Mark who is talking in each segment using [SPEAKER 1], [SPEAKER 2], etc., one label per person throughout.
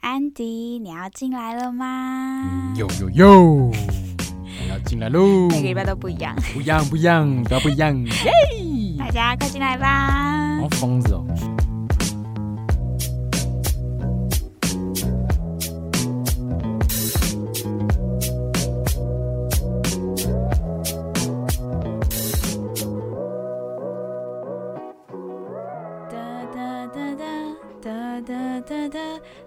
[SPEAKER 1] 安迪，你要进来了吗？
[SPEAKER 2] 哟哟哟，我要进来喽！
[SPEAKER 1] 每个礼拜都不一样，
[SPEAKER 2] 不一样，不一样，都不一样。
[SPEAKER 1] 大家快进来吧
[SPEAKER 2] 好！疯 子哦！
[SPEAKER 1] 哒哒哒哒哒哒哒哒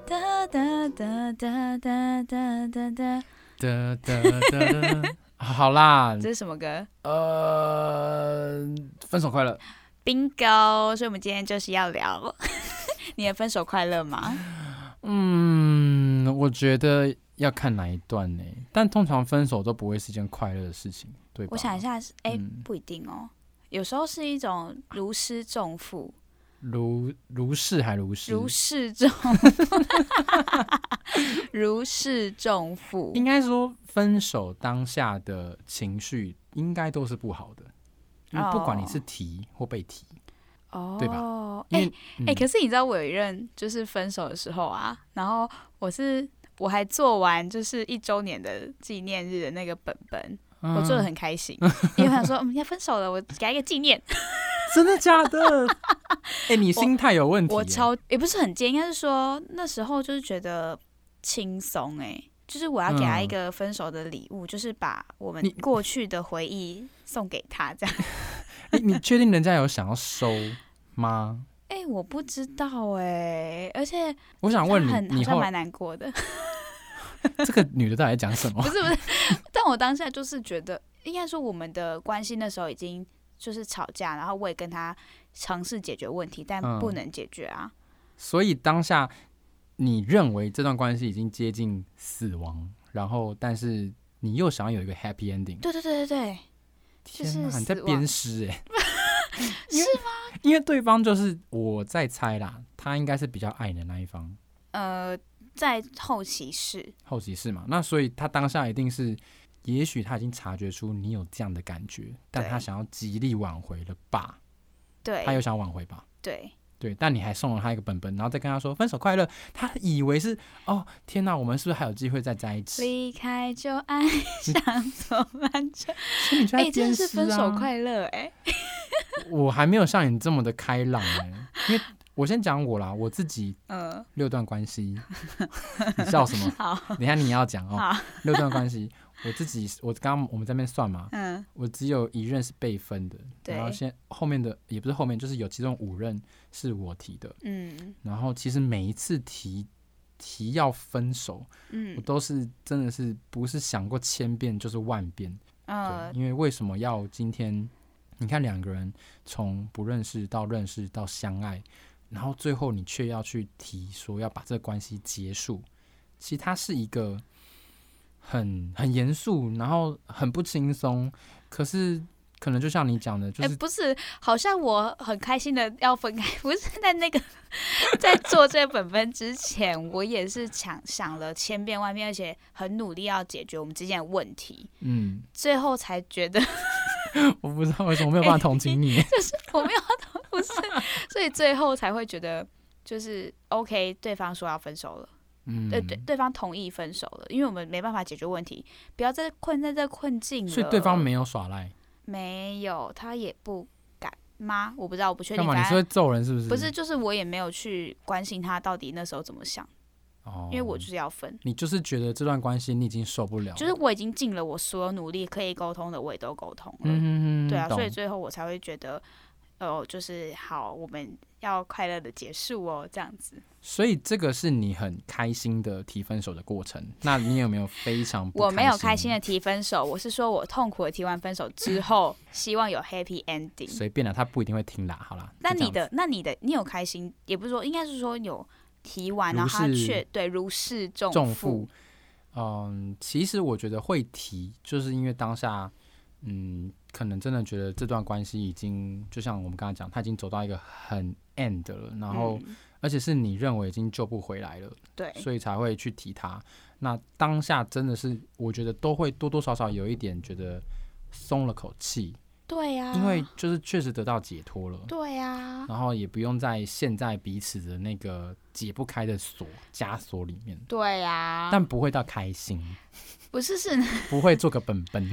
[SPEAKER 1] 哒哒哒哒哒哒哒，
[SPEAKER 2] 哒哒哒哒，好啦
[SPEAKER 1] 这，是什么歌
[SPEAKER 2] 呃，分手快乐。
[SPEAKER 1] ？Bingo！所以我们今天就是要聊 你的分手快乐吗？
[SPEAKER 2] 嗯，我觉得要看哪一段呢、但通常分手都不会是件快乐的事情，对吧？
[SPEAKER 1] 我想一，下，哎、
[SPEAKER 2] 嗯
[SPEAKER 1] 不一定哦，有时候是一种如释重负，
[SPEAKER 2] 如如是还如是，
[SPEAKER 1] 如释重，如释重负。
[SPEAKER 2] 应该说，分手当下的情绪应该都是不好的，因为不管你是提或被提，
[SPEAKER 1] 哦，
[SPEAKER 2] 对吧因
[SPEAKER 1] 哎、
[SPEAKER 2] 为
[SPEAKER 1] 哎、
[SPEAKER 2] 嗯
[SPEAKER 1] 可是你知道我有一任就是分手的时候啊，然后我是我还做完就是一周年的纪念日的那个本本，我做的
[SPEAKER 2] 嗯
[SPEAKER 1] 很开心， 因为我想说嗯要分手了，我给他一个纪念。
[SPEAKER 2] 真的假 的？哎、你心态有问题耶、
[SPEAKER 1] 我超也不是很贱，应该是说那时候就是觉得轻松哎，就是我要给他一
[SPEAKER 2] 嗯
[SPEAKER 1] 个分手的礼物，就是把我们
[SPEAKER 2] 你
[SPEAKER 1] 过去的回忆送给他这 样。
[SPEAKER 2] 哎你你确定人家有想要收吗？
[SPEAKER 1] 哎、我不知道哎、而且
[SPEAKER 2] 我想
[SPEAKER 1] 他
[SPEAKER 2] 问
[SPEAKER 1] 很
[SPEAKER 2] 你，
[SPEAKER 1] 好
[SPEAKER 2] 你
[SPEAKER 1] 像
[SPEAKER 2] 后
[SPEAKER 1] 蛮难过的，
[SPEAKER 2] 这个女的到底在讲什么
[SPEAKER 1] 不？是不是， 但我当下就是觉得，应该说我们的关系那时候已经就是吵架，然后我也跟他尝试解决问题，但
[SPEAKER 2] 嗯
[SPEAKER 1] 不能解决啊。
[SPEAKER 2] 所以当下你认为这段关系已经接近死亡，然后但是你又想要有一个 happy ending，
[SPEAKER 1] 对对对对对，就是
[SPEAKER 2] 天哪，你在
[SPEAKER 1] 死亡
[SPEAKER 2] 鞭 尸哎、是吗？因为对方就是我在猜啦，他应该是比较爱你的那一方，
[SPEAKER 1] 呃，在后期是。
[SPEAKER 2] 好奇是嘛？那所以他当下一定是，也许他已经察觉出你有这样的感觉，但
[SPEAKER 1] 对
[SPEAKER 2] 他想要极力挽回了吧？他有
[SPEAKER 1] 对
[SPEAKER 2] 想挽回吧？
[SPEAKER 1] 对，
[SPEAKER 2] 对，但你还送了他一个本本，然后再跟他说分手快乐，他以为是哦，天哪，我们是不是还有机会再在一起？
[SPEAKER 1] 离开就 爱上左 半车，
[SPEAKER 2] 所以你就在
[SPEAKER 1] 哎、真的是
[SPEAKER 2] 鞭尸
[SPEAKER 1] 分手
[SPEAKER 2] 啊
[SPEAKER 1] 快乐哎、
[SPEAKER 2] 我还没有像你这么的开朗哎、因为我先讲我啦，我自己
[SPEAKER 1] 嗯，
[SPEAKER 2] 六段 关系，你笑什么？
[SPEAKER 1] 好，
[SPEAKER 2] 等一下你要讲哦
[SPEAKER 1] 好，
[SPEAKER 2] 六段关系，我自己我刚刚我们在那边算嘛，
[SPEAKER 1] 嗯，
[SPEAKER 2] 我只有一任是被分的，
[SPEAKER 1] 对
[SPEAKER 2] 然后现后面的也不是后面，就是有其中五任是我提的，
[SPEAKER 1] 嗯，
[SPEAKER 2] 然后其实每一次提提要分手，我
[SPEAKER 1] 嗯，
[SPEAKER 2] 都是真的是不是想过千遍就是万遍，
[SPEAKER 1] 呃
[SPEAKER 2] 对，，因为为什么要今天？你看两个人从不认识到认识到相爱，然后最后你却要去提说要把这个关系结束，其实它是一个很很严肃，然后很不轻松。可是可能就像你讲的，就
[SPEAKER 1] 哎、
[SPEAKER 2] 是、
[SPEAKER 1] 不是，好像我很开心的要分开， 不是在那个在做这本分之前，我也是想想了千遍万遍，而且很努力要解决我们之间的问题，
[SPEAKER 2] 嗯，
[SPEAKER 1] 最后才觉得
[SPEAKER 2] 我不知道为什么没有办法同情
[SPEAKER 1] 哎
[SPEAKER 2] 你。
[SPEAKER 1] 我没有，不是，所以最后才会觉得就是 OK，对方说要分手了。
[SPEAKER 2] 嗯，
[SPEAKER 1] 对对，对方同意分手了，因为我们没办法解决问题，不要再困在这困境了。
[SPEAKER 2] 所以对方没有耍赖，
[SPEAKER 1] 没有，他也不敢吗？我不知道，我不确
[SPEAKER 2] 干
[SPEAKER 1] 定。
[SPEAKER 2] 嘛？你
[SPEAKER 1] 反
[SPEAKER 2] 是
[SPEAKER 1] 正
[SPEAKER 2] 会揍人是不是？
[SPEAKER 1] 不是，，就是我也没有去关心他到底那时候怎么想，
[SPEAKER 2] 哦
[SPEAKER 1] 因为我就是要分，
[SPEAKER 2] 你就是觉得这段关系你已经受不了了，
[SPEAKER 1] 就是我已经尽了我所有努力可以沟通的，我也都沟通了。
[SPEAKER 2] 嗯哼哼，
[SPEAKER 1] 对啊，所以
[SPEAKER 2] 懂
[SPEAKER 1] 最后我才会觉得，哦、就是好，我们要快乐的结束哦，这样子。
[SPEAKER 2] 所以这个是你很开心的提分手的过程。那你有没有非常不
[SPEAKER 1] 我没有开
[SPEAKER 2] 开
[SPEAKER 1] 心的提分手，我是说我痛苦的提完分手 之后，希望有 happy ending。
[SPEAKER 2] 随便啦，他不一定会听啦。好啦，
[SPEAKER 1] 那
[SPEAKER 2] 就这
[SPEAKER 1] 你
[SPEAKER 2] 样子
[SPEAKER 1] 的，那你的，你有开心，也不是说，应该是说有提完，然
[SPEAKER 2] 如
[SPEAKER 1] 后他
[SPEAKER 2] 释
[SPEAKER 1] 却对如释重
[SPEAKER 2] 重负，嗯，其实我觉得会提，就是因为当下，嗯，可能真的觉得这段关系已经，就像我们刚才讲，他已经走到一个很 end 了，然后、
[SPEAKER 1] 嗯
[SPEAKER 2] 而且是你认为已经救不回来了，
[SPEAKER 1] 对，
[SPEAKER 2] 所以才会去提他。那当下真的是，我觉得都会多多少少有一点觉得松了口气，
[SPEAKER 1] 对呀、啊，
[SPEAKER 2] 因为哦就是确实得到解脱了，
[SPEAKER 1] 对呀、啊，
[SPEAKER 2] 然后也不用在陷在彼此的那个解不开的锁枷锁里面，
[SPEAKER 1] 对呀、
[SPEAKER 2] 但不会到开心，
[SPEAKER 1] 不是 是，
[SPEAKER 2] 不会做个本本。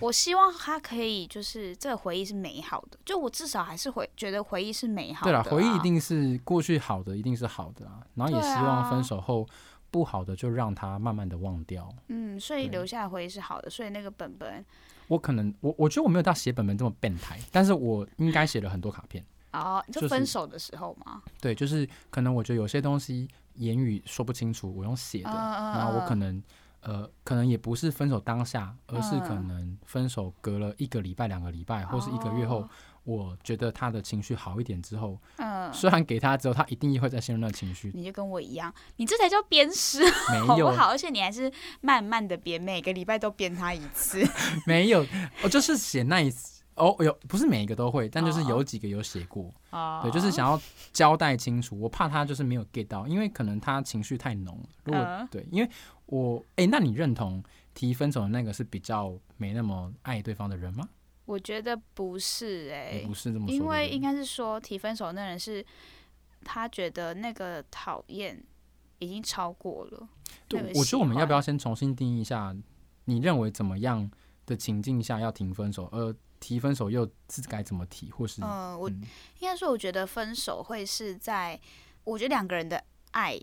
[SPEAKER 1] 我希望他可以就是这个回忆是美好的，就我至少还是回觉得回忆是美 好
[SPEAKER 2] 对
[SPEAKER 1] 的、
[SPEAKER 2] 啦，
[SPEAKER 1] 啊。
[SPEAKER 2] 回忆一定是过去好的，一定是好的啊。然后也
[SPEAKER 1] 对
[SPEAKER 2] 希
[SPEAKER 1] 啊
[SPEAKER 2] 望分手后不好的就让它慢慢的忘掉。
[SPEAKER 1] 嗯，所以
[SPEAKER 2] 对
[SPEAKER 1] 留下的回忆是好的，所以那个本本
[SPEAKER 2] 我可能我我觉得我没有到写本本这么变态，但是我应该写了很多卡片。
[SPEAKER 1] 哦，你
[SPEAKER 2] 就
[SPEAKER 1] 就是分手的时候嘛，
[SPEAKER 2] 对，就是可能我觉得有些东西言语说不清楚，我用写的，
[SPEAKER 1] 嗯嗯
[SPEAKER 2] 然后我
[SPEAKER 1] 嗯
[SPEAKER 2] 可能呃，可能也不是分手当下，而是可
[SPEAKER 1] 嗯
[SPEAKER 2] 能分手隔了一个礼拜、两个礼拜，或是一个月后，
[SPEAKER 1] 哦
[SPEAKER 2] 我觉得他的情绪好一点之后，
[SPEAKER 1] 嗯，
[SPEAKER 2] 虽然给他之后，他一定会再陷入那个情 绪，
[SPEAKER 1] 你就跟我一样，你这才叫鞭尸，好
[SPEAKER 2] 没
[SPEAKER 1] 不
[SPEAKER 2] 有
[SPEAKER 1] 好？而且你还是慢慢的鞭，每个礼拜都鞭他一 次。
[SPEAKER 2] 没有，我就是写那一次。哦，有不是每一个都会，但就是
[SPEAKER 1] 哦
[SPEAKER 2] 有几个有写过，
[SPEAKER 1] 哦
[SPEAKER 2] 对，就是想要交代清楚。我怕他就是没有 get 到，因为可能他情绪太浓了。如果、
[SPEAKER 1] 嗯
[SPEAKER 2] 对，因为我哎、那你认同提分手的那个是比较没那么爱对方的人吗？
[SPEAKER 1] 我觉得不是哎、
[SPEAKER 2] 也不是这么说，
[SPEAKER 1] 因为
[SPEAKER 2] 对
[SPEAKER 1] 应
[SPEAKER 2] 不对
[SPEAKER 1] 该是说提分手那人是他觉得那个讨厌已经超过了。那
[SPEAKER 2] 对，
[SPEAKER 1] 个
[SPEAKER 2] 我觉得我们
[SPEAKER 1] 喜
[SPEAKER 2] 要不要
[SPEAKER 1] 欢
[SPEAKER 2] 先重新定义一下，你认为怎么样的情境下要提分手，而提分手又是该怎么提，或是、
[SPEAKER 1] 嗯，我
[SPEAKER 2] 嗯
[SPEAKER 1] 应该说，我觉得分手会是在，我觉得两个人的爱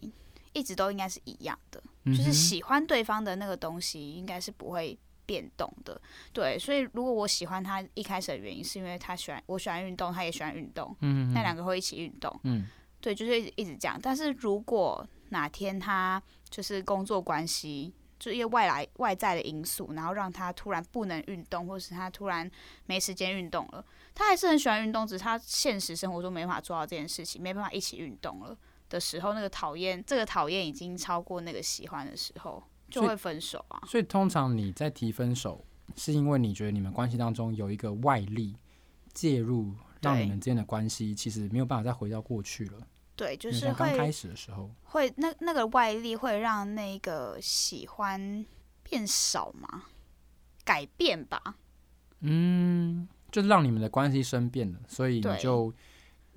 [SPEAKER 1] 一直都应该是一样的，
[SPEAKER 2] 嗯
[SPEAKER 1] 就是
[SPEAKER 2] 哼
[SPEAKER 1] 喜欢对方的那个东西应该是不会变动的。对，所以如果我喜欢他一开始的原因是因为他喜欢我喜欢运动，他也喜欢运动，
[SPEAKER 2] 嗯
[SPEAKER 1] 那
[SPEAKER 2] 嗯
[SPEAKER 1] 两个会一起运动，
[SPEAKER 2] 嗯
[SPEAKER 1] 对，就是一直一直这样。但是如果哪天他就是工作关系，就因为外来外在的因素，然后让他突然不能运动，或是他突然没时间运动了，他还是很喜欢运动，只是他现实生活中没办法做到这件事情，没办法一起运动了的时候，那个讨厌，这个讨厌已经超过那个喜欢的时候，就
[SPEAKER 2] 所以
[SPEAKER 1] 会分手啊。
[SPEAKER 2] 所以通常你在提分手，是因为你觉得你们关系当中有一个外力介入，让
[SPEAKER 1] 对
[SPEAKER 2] 你们之间的关系其实没有办法再回到过去了，
[SPEAKER 1] 对，就
[SPEAKER 2] 因为
[SPEAKER 1] 是
[SPEAKER 2] 像刚开
[SPEAKER 1] 会
[SPEAKER 2] 始的时候。
[SPEAKER 1] 会那那个外力会让那个喜欢变少嘛，改变吧。
[SPEAKER 2] 嗯，就是让你们的关系生变了，所以你
[SPEAKER 1] 对
[SPEAKER 2] 就，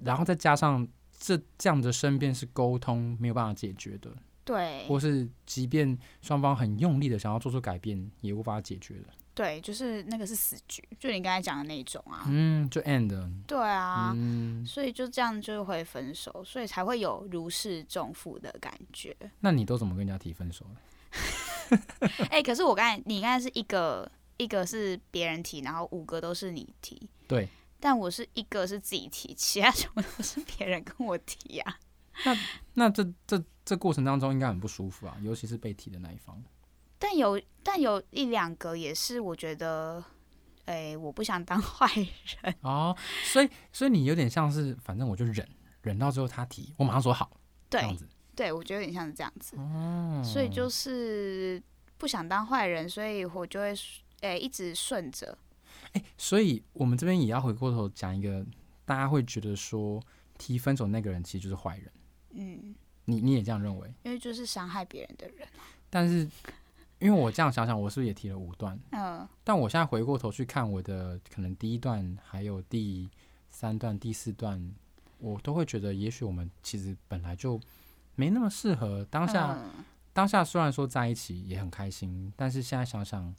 [SPEAKER 2] 然后再加上这这样的生变是沟通没有办法解决的，
[SPEAKER 1] 对，
[SPEAKER 2] 或是即便双方很用力的想要做出改变，也无法解决的。
[SPEAKER 1] 对，就是那个是死局，就你刚才讲的那一种啊。
[SPEAKER 2] 嗯，就 end 了。
[SPEAKER 1] 对啊，
[SPEAKER 2] 嗯，
[SPEAKER 1] 所以就这样就会分手，所以才会有如释重负的感觉。
[SPEAKER 2] 那你都怎么跟人家提分手的？
[SPEAKER 1] 哎、可是我刚才你刚才是一个一个是别人提，然后五个都是你提，
[SPEAKER 2] 对，
[SPEAKER 1] 但我是一个是自己提，其他全部都是别人跟我提啊呀、
[SPEAKER 2] 那这这这过程当中应该很不舒服啊，尤其是被提的那一方。
[SPEAKER 1] 但有但有一两个也是我觉得，哎、我不想当坏人。
[SPEAKER 2] 哦，所以所以你有点像是，反正我就忍，忍到最后他提，我马上说好，这样
[SPEAKER 1] 对
[SPEAKER 2] 子。哦
[SPEAKER 1] 对，我觉得有点像是这样子。所以就是不想当坏人，所以我就会诶、一直顺着。
[SPEAKER 2] 所以我们这边也要回过头讲一个，大家会觉得说提分手那个人其实就是坏人，
[SPEAKER 1] 嗯，
[SPEAKER 2] 你你也这样认为？
[SPEAKER 1] 因为就是伤害别人的人。
[SPEAKER 2] 但是因为我这样想想，我是不是也提了五段？
[SPEAKER 1] 嗯，
[SPEAKER 2] 但我现在回过头去看我的可能第一段，还有第三段、第四段，我都会觉得，也许我们其实本来就没那么适合。当下、
[SPEAKER 1] 嗯
[SPEAKER 2] 当下虽然说在一起也很开心，但是现在想想，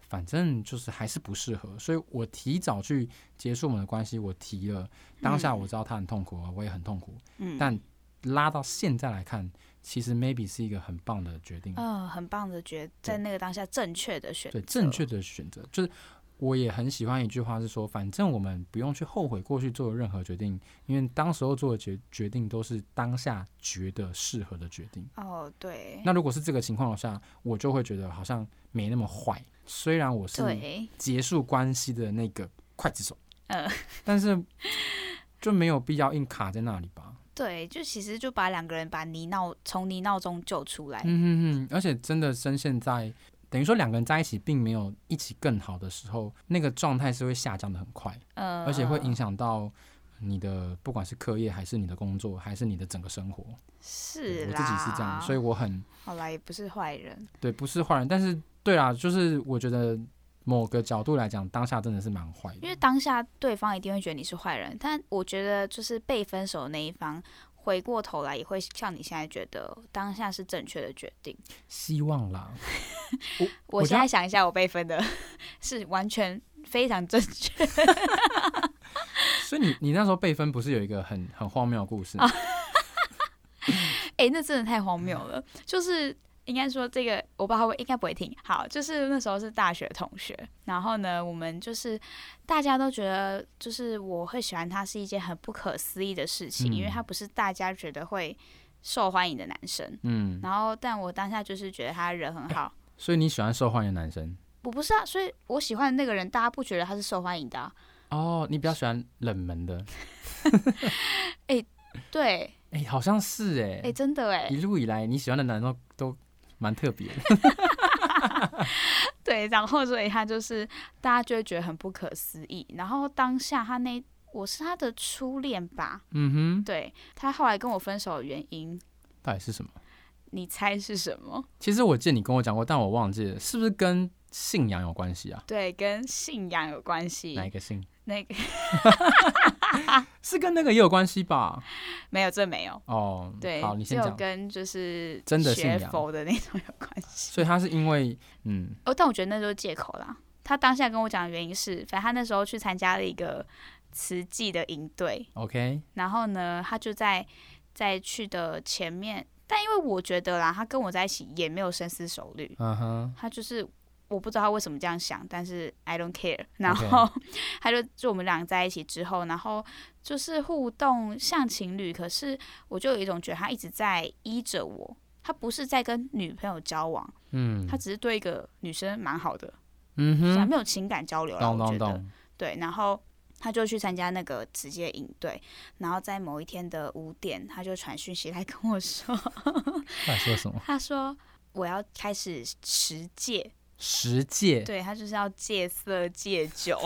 [SPEAKER 2] 反正就是还是不适合。所以我提早去结束我们的关系，我提了。当下
[SPEAKER 1] 嗯
[SPEAKER 2] 我知道他很痛苦，我也很痛苦，
[SPEAKER 1] 嗯
[SPEAKER 2] 但拉到现在来看，其实 maybe 是一个很棒的决定。
[SPEAKER 1] 嗯，很棒的决，在那个当下正确的选择，
[SPEAKER 2] 对，正确的选择就是，我也很喜欢一句话是说，反正我们不用去后悔过去做的任何决定，因为当时候做的决决定都是当下觉得适合的决定。
[SPEAKER 1] 哦，对，
[SPEAKER 2] 那如果是这个情况下，我就会觉得好像没那么坏。虽然我是
[SPEAKER 1] 对，
[SPEAKER 2] 结束关系的那个刽子手，
[SPEAKER 1] 呃，
[SPEAKER 2] 但是就没有必要硬卡在那里吧。
[SPEAKER 1] 对，就其实就把两个人把泥淖从泥淖中救出来。
[SPEAKER 2] 嗯哼哼，而且真的深陷在，等于说两个人在一起并没有一起更好的时候，那个状态是会下降的很快。
[SPEAKER 1] 嗯，
[SPEAKER 2] 而且会
[SPEAKER 1] 嗯
[SPEAKER 2] 影响到你的不管是课业还是你的工作还是你的整个生活。
[SPEAKER 1] 是
[SPEAKER 2] 对我
[SPEAKER 1] 啦，
[SPEAKER 2] 自己是这样，所以我很嗯
[SPEAKER 1] 好啦，也不是坏人。
[SPEAKER 2] 对不是坏人，但是对啦，就是我觉得某个角度来讲，当下真的是蛮坏的
[SPEAKER 1] 因。为当下对方一定会觉得你是坏人，但我觉得就是被分手的那一方回过头来也会像你现在觉得当下是正确的决定。
[SPEAKER 2] 希望啦，
[SPEAKER 1] 我
[SPEAKER 2] 我
[SPEAKER 1] 现
[SPEAKER 2] 觉
[SPEAKER 1] 在
[SPEAKER 2] 得
[SPEAKER 1] 想一下，我被分的 是完全非常正确。
[SPEAKER 2] 所以你你那时候被分不是有一个很很荒谬的故
[SPEAKER 1] 哦
[SPEAKER 2] 事？
[SPEAKER 1] 哎、那真的太荒谬了。就是应该说这个，我不知道他会应该不会听。好，就是那时候是大学同学，然后呢，我们就是大家都觉得，就是我会喜欢他是一件很不可思议的事情，因为
[SPEAKER 2] 嗯
[SPEAKER 1] 他不是大家觉得会受欢迎的男生。
[SPEAKER 2] 嗯，
[SPEAKER 1] 然后，但我当下就是觉得他人很好。
[SPEAKER 2] 所以你喜欢受欢迎的男生
[SPEAKER 1] 我不是啊，所以我喜欢的那个人，大家不觉得他是受欢迎的、啊。
[SPEAKER 2] 哦，你比较喜欢冷门的，
[SPEAKER 1] 对，
[SPEAKER 2] 哎、好像是哎、
[SPEAKER 1] 哎、真的哎、
[SPEAKER 2] 一路以来你喜欢的男生都都蛮特别的。
[SPEAKER 1] 对，然后所以他就是大家就会觉得很不可思议。然后当下他那我是他的初恋吧，
[SPEAKER 2] 嗯哼，
[SPEAKER 1] 对他后来跟我分手的原因，
[SPEAKER 2] 到底是什么？
[SPEAKER 1] 你猜是什么？
[SPEAKER 2] 其实我记得你跟我讲过，但我忘记了，是不是跟信仰有关系啊？
[SPEAKER 1] 对，跟信仰有关系
[SPEAKER 2] 哪。一个信？
[SPEAKER 1] 那个
[SPEAKER 2] 是跟那个也有关系吧？
[SPEAKER 1] 没有，这没有。
[SPEAKER 2] 哦，
[SPEAKER 1] 对
[SPEAKER 2] 好，，你
[SPEAKER 1] 只
[SPEAKER 2] 先
[SPEAKER 1] 有
[SPEAKER 2] 讲。
[SPEAKER 1] 跟就是
[SPEAKER 2] 真的信
[SPEAKER 1] 学
[SPEAKER 2] 仰
[SPEAKER 1] 佛的那种有关系。
[SPEAKER 2] 所以他是因为，嗯，
[SPEAKER 1] 哦，但我觉得那就是借口啦。他当下跟我讲的原因是，反正他那时候去参加了一个慈济的营队，
[SPEAKER 2] OK，
[SPEAKER 1] 然后呢，他就在在去的前面，但因为我觉得啦，他跟我在一起也没有深思熟虑，
[SPEAKER 2] 嗯哼，
[SPEAKER 1] 他就是我不知道他为什么这样想，但是 I don't care。然
[SPEAKER 2] OK
[SPEAKER 1] 后他就就我们俩在一起之后，然后就是互动像情侣，可是我就有一种觉得他一直在依着我，他不是在跟女朋友交往，
[SPEAKER 2] 嗯
[SPEAKER 1] 他，只是对一个女生蛮好的，
[SPEAKER 2] 嗯
[SPEAKER 1] 还
[SPEAKER 2] 哼，
[SPEAKER 1] 没有情感交流啦，
[SPEAKER 2] 咚
[SPEAKER 1] 我觉
[SPEAKER 2] 咚
[SPEAKER 1] 得
[SPEAKER 2] 咚，
[SPEAKER 1] 对，然后。他就去参加那个直接营队，然后在某一天的五点，他就传讯息来跟我说，
[SPEAKER 2] 他在说什么？
[SPEAKER 1] 他说我要开始持戒，
[SPEAKER 2] 十戒，
[SPEAKER 1] 对他就是要戒色、戒酒、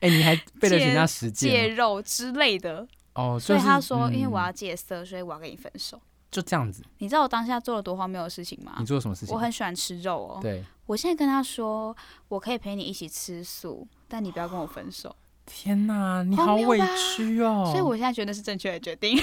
[SPEAKER 2] 哎、你还背得起
[SPEAKER 1] 戒
[SPEAKER 2] 那十
[SPEAKER 1] 戒
[SPEAKER 2] 戒吗？
[SPEAKER 1] 肉之类的。
[SPEAKER 2] 哦，
[SPEAKER 1] 所以
[SPEAKER 2] 就是
[SPEAKER 1] 他说，因为
[SPEAKER 2] 嗯
[SPEAKER 1] 我要戒色，所以我要跟你分手。
[SPEAKER 2] 就这样子。
[SPEAKER 1] 你知道我当下做了多荒谬的事情吗
[SPEAKER 2] 你？做什么事
[SPEAKER 1] 啊
[SPEAKER 2] 情？
[SPEAKER 1] 我很喜欢吃肉哦。
[SPEAKER 2] 对，
[SPEAKER 1] 我现在跟他说，我可以陪你一起吃素，但你不要跟我分手。
[SPEAKER 2] 天哪，你
[SPEAKER 1] 荒
[SPEAKER 2] 好
[SPEAKER 1] 谬
[SPEAKER 2] 委
[SPEAKER 1] 吧
[SPEAKER 2] 屈哦。
[SPEAKER 1] 所以我现在觉得是正确的决定。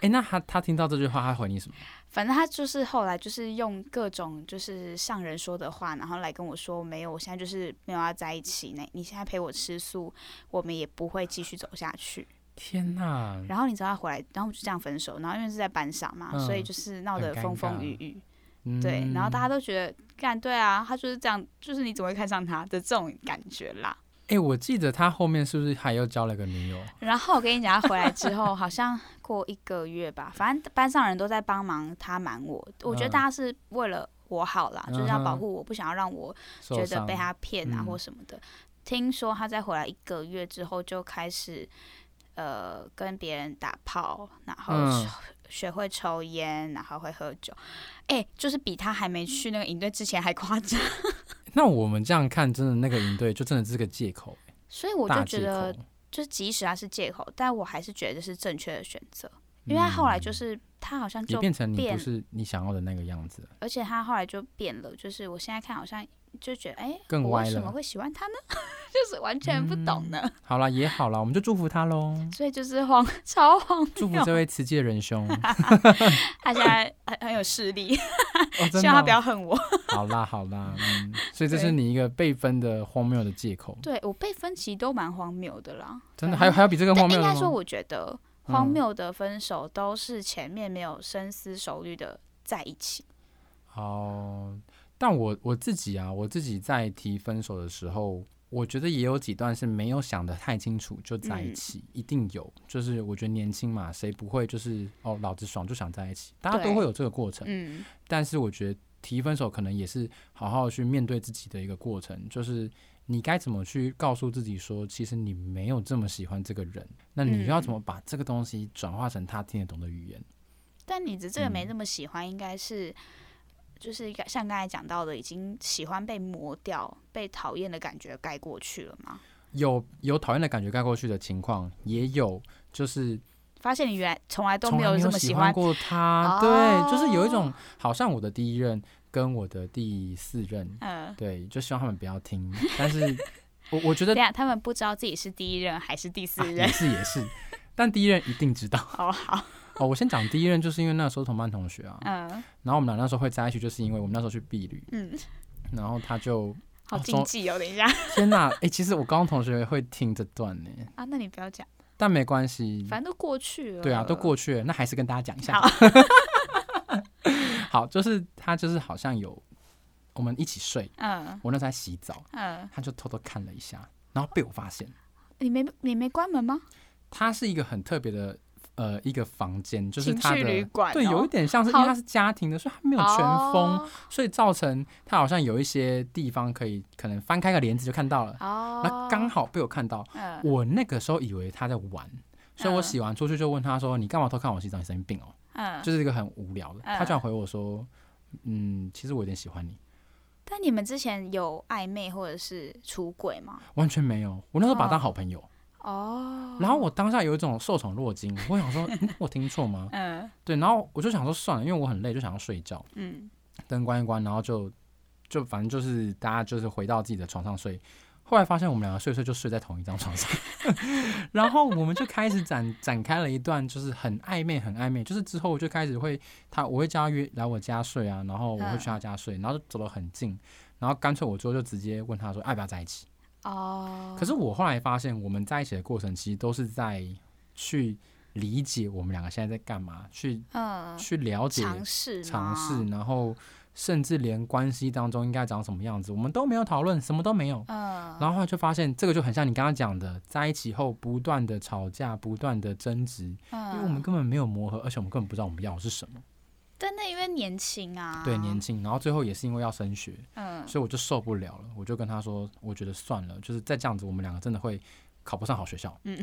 [SPEAKER 2] 哎、那他他听到这句话，他回你什么？
[SPEAKER 1] 反正他就是后来就是用各种就是上人说的话，然后来跟我说，没有，我现在就是没有要在一起呢。你现在陪我吃素，我们也不会继续走下去。
[SPEAKER 2] 天哪，
[SPEAKER 1] 然后你知道他回来，然后我就这样分手。然后因为是在班上嘛，
[SPEAKER 2] 嗯
[SPEAKER 1] 所以就是闹得
[SPEAKER 2] 很尴
[SPEAKER 1] 风风
[SPEAKER 2] 尬
[SPEAKER 1] 雨雨。
[SPEAKER 2] 嗯、
[SPEAKER 1] 对，然后大家都觉得，干对啊，他就是这样，就是你怎么会看上他的这种感觉啦。
[SPEAKER 2] 哎、我记得他后面是不是还又交了个女友？
[SPEAKER 1] 然后我跟你讲，他回来之后好像过一个月吧，反正班上人都在帮忙他瞒我，我觉得
[SPEAKER 2] 嗯
[SPEAKER 1] 大家是为了我好啦，就是要保
[SPEAKER 2] 嗯哼
[SPEAKER 1] 护我，不想要让我
[SPEAKER 2] 受
[SPEAKER 1] 觉得
[SPEAKER 2] 伤
[SPEAKER 1] 被他骗啊
[SPEAKER 2] 嗯
[SPEAKER 1] 或什么的。听说他在回来一个月之后就开始，呃，跟别人打炮，然后
[SPEAKER 2] 嗯
[SPEAKER 1] 学会抽烟，然后会喝酒，哎、就是比他还没去那个营队之前还夸张。
[SPEAKER 2] 那我们这样看，真的那个营队就真的是个借口，
[SPEAKER 1] 所以我就
[SPEAKER 2] 大
[SPEAKER 1] 觉
[SPEAKER 2] 借
[SPEAKER 1] 得
[SPEAKER 2] 口，。
[SPEAKER 1] 就是即使他是借口，但我还是觉得是正确的选择，因为他后来就是他好像
[SPEAKER 2] 嗯也
[SPEAKER 1] 就，
[SPEAKER 2] 变成你
[SPEAKER 1] 变
[SPEAKER 2] 不是你想要的那个样子。
[SPEAKER 1] 而且他后来就变了，就是我现在看好像就觉得，哎、
[SPEAKER 2] 更
[SPEAKER 1] 我
[SPEAKER 2] 歪
[SPEAKER 1] 为什
[SPEAKER 2] 了嗯
[SPEAKER 1] 么会喜欢他呢？ 就是完全不懂呢，
[SPEAKER 2] 好啦，也好啦，我们就祝福他喽，
[SPEAKER 1] 所以就是荒 超荒
[SPEAKER 2] 祝福
[SPEAKER 1] 谬
[SPEAKER 2] 这，位慈济的 仁兄。哦，
[SPEAKER 1] 他现 在很很有势力，
[SPEAKER 2] 真的哦、
[SPEAKER 1] 希望他不要恨我。
[SPEAKER 2] 好啦，好啦，嗯，所以这
[SPEAKER 1] 对
[SPEAKER 2] 是你一个被分的荒谬的借口，
[SPEAKER 1] 对我被分歧都蛮荒谬的啦，
[SPEAKER 2] 真的
[SPEAKER 1] 反
[SPEAKER 2] 还有
[SPEAKER 1] 正
[SPEAKER 2] 还有比这更荒
[SPEAKER 1] 但
[SPEAKER 2] 谬
[SPEAKER 1] 应
[SPEAKER 2] 的
[SPEAKER 1] 该说，
[SPEAKER 2] 吗？
[SPEAKER 1] 我觉得荒
[SPEAKER 2] 嗯
[SPEAKER 1] 谬的分手都是前面没有深思熟虑的在一起。
[SPEAKER 2] 哦，但我我自己啊，我自己在提分手的时候，我觉得也有几段是没有想的太清楚就在一
[SPEAKER 1] 嗯
[SPEAKER 2] 起，一定有。就是我觉得年轻嘛，谁不会就是哦，老子爽就想在一起，大家都
[SPEAKER 1] 对
[SPEAKER 2] 会有这个过程。
[SPEAKER 1] 嗯，
[SPEAKER 2] 但是我觉得提分手可能也是好好去面对自己的一个过程，就是你该怎么去告诉自己说，其实你没有这么喜欢这个人，那你又要
[SPEAKER 1] 嗯
[SPEAKER 2] 怎么把这个东西转化成他听得懂的语言？
[SPEAKER 1] 但你的这个没
[SPEAKER 2] 嗯
[SPEAKER 1] 那么喜欢，应该是就是像刚才讲到的，已经喜欢被磨掉、被讨厌的感觉盖过去了嘛？
[SPEAKER 2] 有有讨厌的感觉盖过去的情况，也有就是
[SPEAKER 1] 发现你原来从来都
[SPEAKER 2] 从
[SPEAKER 1] 没
[SPEAKER 2] 来
[SPEAKER 1] 有
[SPEAKER 2] 没
[SPEAKER 1] 这
[SPEAKER 2] 有
[SPEAKER 1] 么
[SPEAKER 2] 喜
[SPEAKER 1] 喜哦
[SPEAKER 2] 欢
[SPEAKER 1] 欢，
[SPEAKER 2] 过他，对，就是有一种好像我的第一任跟我的第四任，
[SPEAKER 1] 嗯，
[SPEAKER 2] 对，就希望他们不要听。 但是我我觉得
[SPEAKER 1] 对呀，他们不知道自己是第一任还是第四
[SPEAKER 2] 啊也
[SPEAKER 1] 任。
[SPEAKER 2] 是也是，但第一任一定知道。
[SPEAKER 1] 哦，好，
[SPEAKER 2] 哦，我先讲第一任，就是因为那时候同班同学啊，
[SPEAKER 1] 嗯
[SPEAKER 2] 然后我们俩那时候会在一起，就是因为我们那时候去避旅，
[SPEAKER 1] 嗯，
[SPEAKER 2] 然后他就
[SPEAKER 1] 好
[SPEAKER 2] 哦
[SPEAKER 1] 禁
[SPEAKER 2] 中
[SPEAKER 1] 忌哦，等一下
[SPEAKER 2] 天哪，哎、其实我高中同学会听这段呢，
[SPEAKER 1] 啊，那你不要讲，
[SPEAKER 2] 但没关系，
[SPEAKER 1] 反正都过去了。
[SPEAKER 2] 对啊，都过去了，那还是跟大家讲一下
[SPEAKER 1] 好。
[SPEAKER 2] 好，就是他就是好像有我们一起睡，
[SPEAKER 1] 嗯
[SPEAKER 2] 我那时候在洗澡，
[SPEAKER 1] 嗯，
[SPEAKER 2] 他就偷偷看了一下，然后被我发现。
[SPEAKER 1] 你没你没关门吗？
[SPEAKER 2] 它是一个很特别的呃一个房间，就是
[SPEAKER 1] 情
[SPEAKER 2] 它
[SPEAKER 1] 趣旅
[SPEAKER 2] 的。
[SPEAKER 1] 馆哦
[SPEAKER 2] 对，有一点像是，因为
[SPEAKER 1] 好
[SPEAKER 2] 它是家庭的，所以它没有全封，
[SPEAKER 1] 哦
[SPEAKER 2] 所以造成它好像有一些地方可以可能翻开个帘子就看到了。
[SPEAKER 1] 哦，
[SPEAKER 2] 那刚好被我看到，
[SPEAKER 1] 嗯
[SPEAKER 2] 我那个时候以为他在玩，所以我
[SPEAKER 1] 嗯
[SPEAKER 2] 洗完出去就问他说：“你干嘛偷看我洗澡？你神经病哦！”
[SPEAKER 1] 嗯，
[SPEAKER 2] 就是一个很无聊的。
[SPEAKER 1] 嗯
[SPEAKER 2] 他居然回我说：“嗯，其实我有点喜欢你。
[SPEAKER 1] 但你们之前有暧昧或者是出轨吗？”
[SPEAKER 2] 完全没有，我那时候把他当好朋友。
[SPEAKER 1] 哦，
[SPEAKER 2] 然后我当下有一种受宠若惊，我想说：“嗯我听错吗
[SPEAKER 1] 嗯？”
[SPEAKER 2] 对，然后我就想说算了，因为我很累，就想要睡觉，
[SPEAKER 1] 嗯
[SPEAKER 2] 灯关一关，然后就就反正就是大家就是回到自己的床上睡。后来发现我们两个睡睡就睡在同一张床上， 然后我们就开始展展开了一段就是很暧昧很暧昧，就是之后我就开始会他我会叫他约来我家睡啊，然后我
[SPEAKER 1] 嗯
[SPEAKER 2] 会去他家睡，然后就走得很近，然后干脆我之后就直接问他说要不要在一起。
[SPEAKER 1] 哦，
[SPEAKER 2] 可是我后来发现我们在一起的过程其实都是在去理解我们两个现在在干嘛，去
[SPEAKER 1] 嗯，
[SPEAKER 2] 去了解
[SPEAKER 1] 尝试
[SPEAKER 2] 尝试，
[SPEAKER 1] 吗，
[SPEAKER 2] 然后甚至连关系当中应该长什么样子，我们都没有讨论，什么都没有。
[SPEAKER 1] 嗯，
[SPEAKER 2] 然后后来就发现，这个就很像你刚刚讲的，在一起后不断的吵架，不断的争执，因
[SPEAKER 1] 嗯
[SPEAKER 2] 为我们根本没有磨合，而且我们根本不知道我们要的是什么。
[SPEAKER 1] 但那因为年轻啊，
[SPEAKER 2] 对，年，轻，然后最后也是因为要升学，
[SPEAKER 1] 嗯，
[SPEAKER 2] 所以我就受不了了，我就跟他说，我觉得算了，就是再这样子，我们两个真的会考不上好学校。
[SPEAKER 1] 嗯。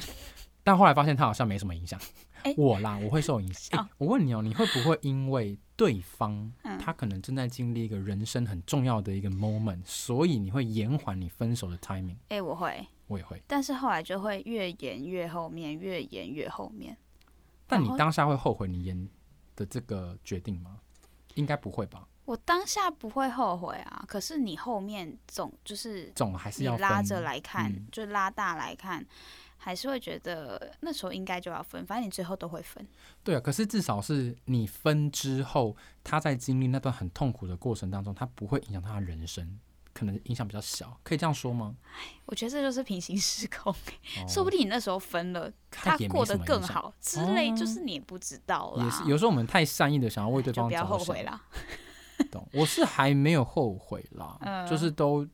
[SPEAKER 2] 但后来发现他好像没什么影响，
[SPEAKER 1] 哎
[SPEAKER 2] 我啦，我会受影响、哎我问你哦、你会不会因为对方
[SPEAKER 1] 嗯
[SPEAKER 2] 他可能正在经历一个人生很重要的一个 moment，所以你会延缓你分手的 timing？
[SPEAKER 1] 哎、我会，
[SPEAKER 2] 我也会，
[SPEAKER 1] 但是后来就会越演越后面，越演越后面。
[SPEAKER 2] 但你
[SPEAKER 1] 然后
[SPEAKER 2] 当下会后悔你延的这个决定吗？应该不会吧，
[SPEAKER 1] 我当下不会后悔啊，可是你后面总就是
[SPEAKER 2] 总还是
[SPEAKER 1] 你
[SPEAKER 2] 要
[SPEAKER 1] 拉
[SPEAKER 2] 分
[SPEAKER 1] 着来看，
[SPEAKER 2] 嗯
[SPEAKER 1] 就拉大来看，还是会觉得那时候应该就要分，反正你最后都会分。
[SPEAKER 2] 对啊，可是至少是你分之后，他在经历那段很痛苦的过程当中，他不会影响他的人生，可能影响比较小，可以这样说吗？
[SPEAKER 1] 我觉得这就是平行时空，
[SPEAKER 2] 哦
[SPEAKER 1] 说不定你那时候分了，
[SPEAKER 2] 他
[SPEAKER 1] 他
[SPEAKER 2] 也没
[SPEAKER 1] 过得
[SPEAKER 2] 什么
[SPEAKER 1] 更
[SPEAKER 2] 影响
[SPEAKER 1] 好之类，
[SPEAKER 2] 哦
[SPEAKER 1] 就是你也不知道啦。
[SPEAKER 2] 也是，有时候我们太善意的想要为对
[SPEAKER 1] 就
[SPEAKER 2] 方
[SPEAKER 1] 不要
[SPEAKER 2] 着
[SPEAKER 1] 后悔
[SPEAKER 2] 想，
[SPEAKER 1] 啦。
[SPEAKER 2] 懂？我是还没有后悔啦，
[SPEAKER 1] 嗯
[SPEAKER 2] 就是都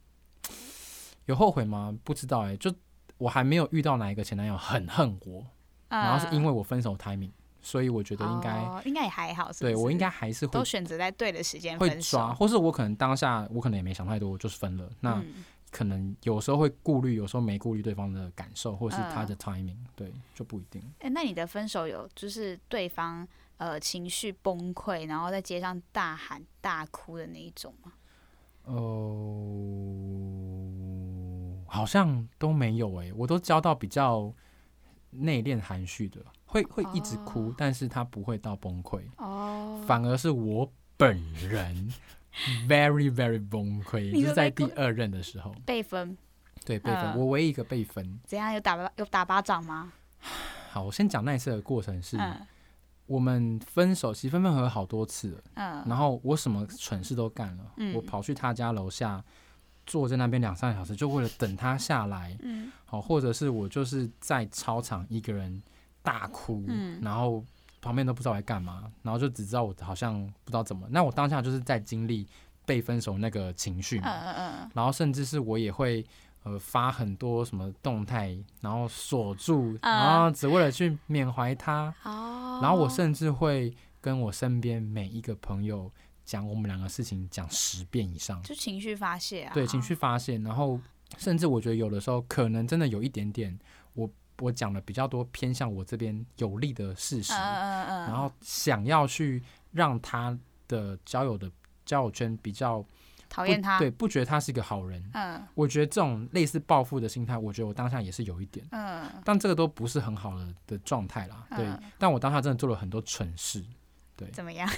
[SPEAKER 2] 有后悔吗？不知道哎、就我还没有遇到哪一个前男友很恨我，然后是因
[SPEAKER 1] 为
[SPEAKER 2] 为我分手 timing，所以我觉得应该、
[SPEAKER 1] 嗯哦、应该也还好是不是，
[SPEAKER 2] 对我应该还是会
[SPEAKER 1] 都选择在对的时间
[SPEAKER 2] 会
[SPEAKER 1] 分手
[SPEAKER 2] 抓，。或是我可能当下我可能也没想太多，我就是分了那。
[SPEAKER 1] 嗯
[SPEAKER 2] 可能有时候会顾虑，有时候没顾虑对方的感受，或是他
[SPEAKER 1] 嗯
[SPEAKER 2] 的 timing，、对，就不一定。
[SPEAKER 1] 哎、那你的分手有就是对方呃情绪崩溃，然后在街上大喊大哭的那一种吗？
[SPEAKER 2] 哦、好像都没有诶、我都交到比较内敛含蓄的，会会一直哭，
[SPEAKER 1] 哦
[SPEAKER 2] 但是他不会到崩溃，
[SPEAKER 1] 哦，
[SPEAKER 2] 反而是我本人 very very 崩溃，
[SPEAKER 1] 你
[SPEAKER 2] 就
[SPEAKER 1] 都
[SPEAKER 2] 是
[SPEAKER 1] 在
[SPEAKER 2] 在第
[SPEAKER 1] 哭
[SPEAKER 2] 二任的时候，
[SPEAKER 1] 被分
[SPEAKER 2] 对被分，
[SPEAKER 1] 嗯
[SPEAKER 2] 我唯一一个被分。
[SPEAKER 1] 怎样？有打巴有打巴掌吗？
[SPEAKER 2] 好，我先讲那一次的过程是，
[SPEAKER 1] 嗯
[SPEAKER 2] 我们分手，其实分分合合好多次了。
[SPEAKER 1] 嗯
[SPEAKER 2] 然后我什么蠢事都干了，
[SPEAKER 1] 嗯
[SPEAKER 2] 我跑去他家楼下坐在那边两三个小时，就为了等他下来，
[SPEAKER 1] 嗯
[SPEAKER 2] 好，或者是我就是在操场一个人大哭，
[SPEAKER 1] 嗯
[SPEAKER 2] 然后旁边都不知道我在干嘛，然后就只知道我好像不知道怎么，那我当下就是在经历被分手那个情绪
[SPEAKER 1] 嗯
[SPEAKER 2] 嘛，
[SPEAKER 1] 嗯嗯，
[SPEAKER 2] 然后甚至是我也会。呃，发很多什么动态，然后锁住，
[SPEAKER 1] 啊
[SPEAKER 2] 然后只为了去缅怀他，
[SPEAKER 1] 哦，
[SPEAKER 2] 然后我甚至会跟我身边每一个朋友讲我们两个事情，讲十遍以上，
[SPEAKER 1] 就情绪发泄啊，
[SPEAKER 2] 对情绪发泄。然后甚至我觉得有的时候可能真的有一点点我，我讲了比较多偏向我这边有利的事实，
[SPEAKER 1] 嗯，嗯嗯嗯，
[SPEAKER 2] 然后想要去让他的交友的交友圈比较不
[SPEAKER 1] 讨厌他，
[SPEAKER 2] 对，不觉得他是一个好人。
[SPEAKER 1] 嗯
[SPEAKER 2] 我觉得这种类似报复的心态，我觉得我当下也是有一点，
[SPEAKER 1] 嗯，
[SPEAKER 2] 但这个都不是很好的的状态啦。对
[SPEAKER 1] 嗯，
[SPEAKER 2] 但我当下真的做了很多蠢事，
[SPEAKER 1] 怎么样？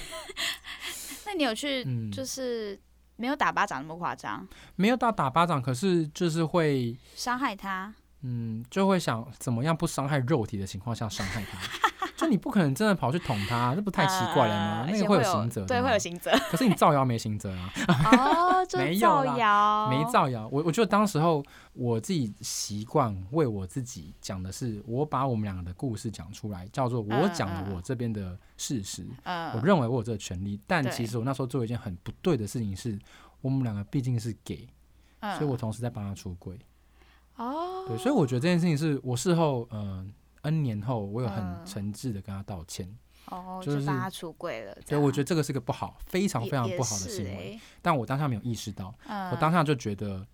[SPEAKER 1] 那你有去
[SPEAKER 2] 嗯
[SPEAKER 1] 就是没有打巴掌那么夸张，
[SPEAKER 2] 没有到打巴掌，可是就是会，
[SPEAKER 1] 伤害他？
[SPEAKER 2] 嗯，就会想怎么样不伤害肉体的情况下伤害他。就你不可能真的跑去捅他，这不太奇怪了吗？
[SPEAKER 1] 呃
[SPEAKER 2] 那
[SPEAKER 1] 而且
[SPEAKER 2] 个
[SPEAKER 1] 会
[SPEAKER 2] 有刑责，
[SPEAKER 1] 对，会有。 刑责。
[SPEAKER 2] 可是你造谣没刑责 啊，
[SPEAKER 1] 哦，就
[SPEAKER 2] 没
[SPEAKER 1] 是
[SPEAKER 2] 有
[SPEAKER 1] 造
[SPEAKER 2] 啦
[SPEAKER 1] 谣，
[SPEAKER 2] 没造谣。我我觉得当时候我自己习惯为我自己讲的是，我把我们两个的故事讲出来，叫做我讲
[SPEAKER 1] 嗯嗯
[SPEAKER 2] 了
[SPEAKER 1] 嗯
[SPEAKER 2] 我这边的事实。
[SPEAKER 1] 嗯，
[SPEAKER 2] 我认为我有这个权利，但
[SPEAKER 1] 对
[SPEAKER 2] 其实我那时候做一件很不对的事情是，我们两个毕竟是 gay，
[SPEAKER 1] 嗯，
[SPEAKER 2] 所以我同时在帮他出轨。
[SPEAKER 1] 哦，
[SPEAKER 2] 对，所以我觉得这件事情是我事后，嗯、n 年后，我有很
[SPEAKER 1] 嗯
[SPEAKER 2] 诚挚的跟他道歉。
[SPEAKER 1] 哦，
[SPEAKER 2] 就
[SPEAKER 1] 就是帮他出柜了。
[SPEAKER 2] 所以我觉得
[SPEAKER 1] 得
[SPEAKER 2] 这个是个不好，非常非常不好的行为。但我当下没有意识到，
[SPEAKER 1] 欸嗯，
[SPEAKER 2] 我当下就觉得，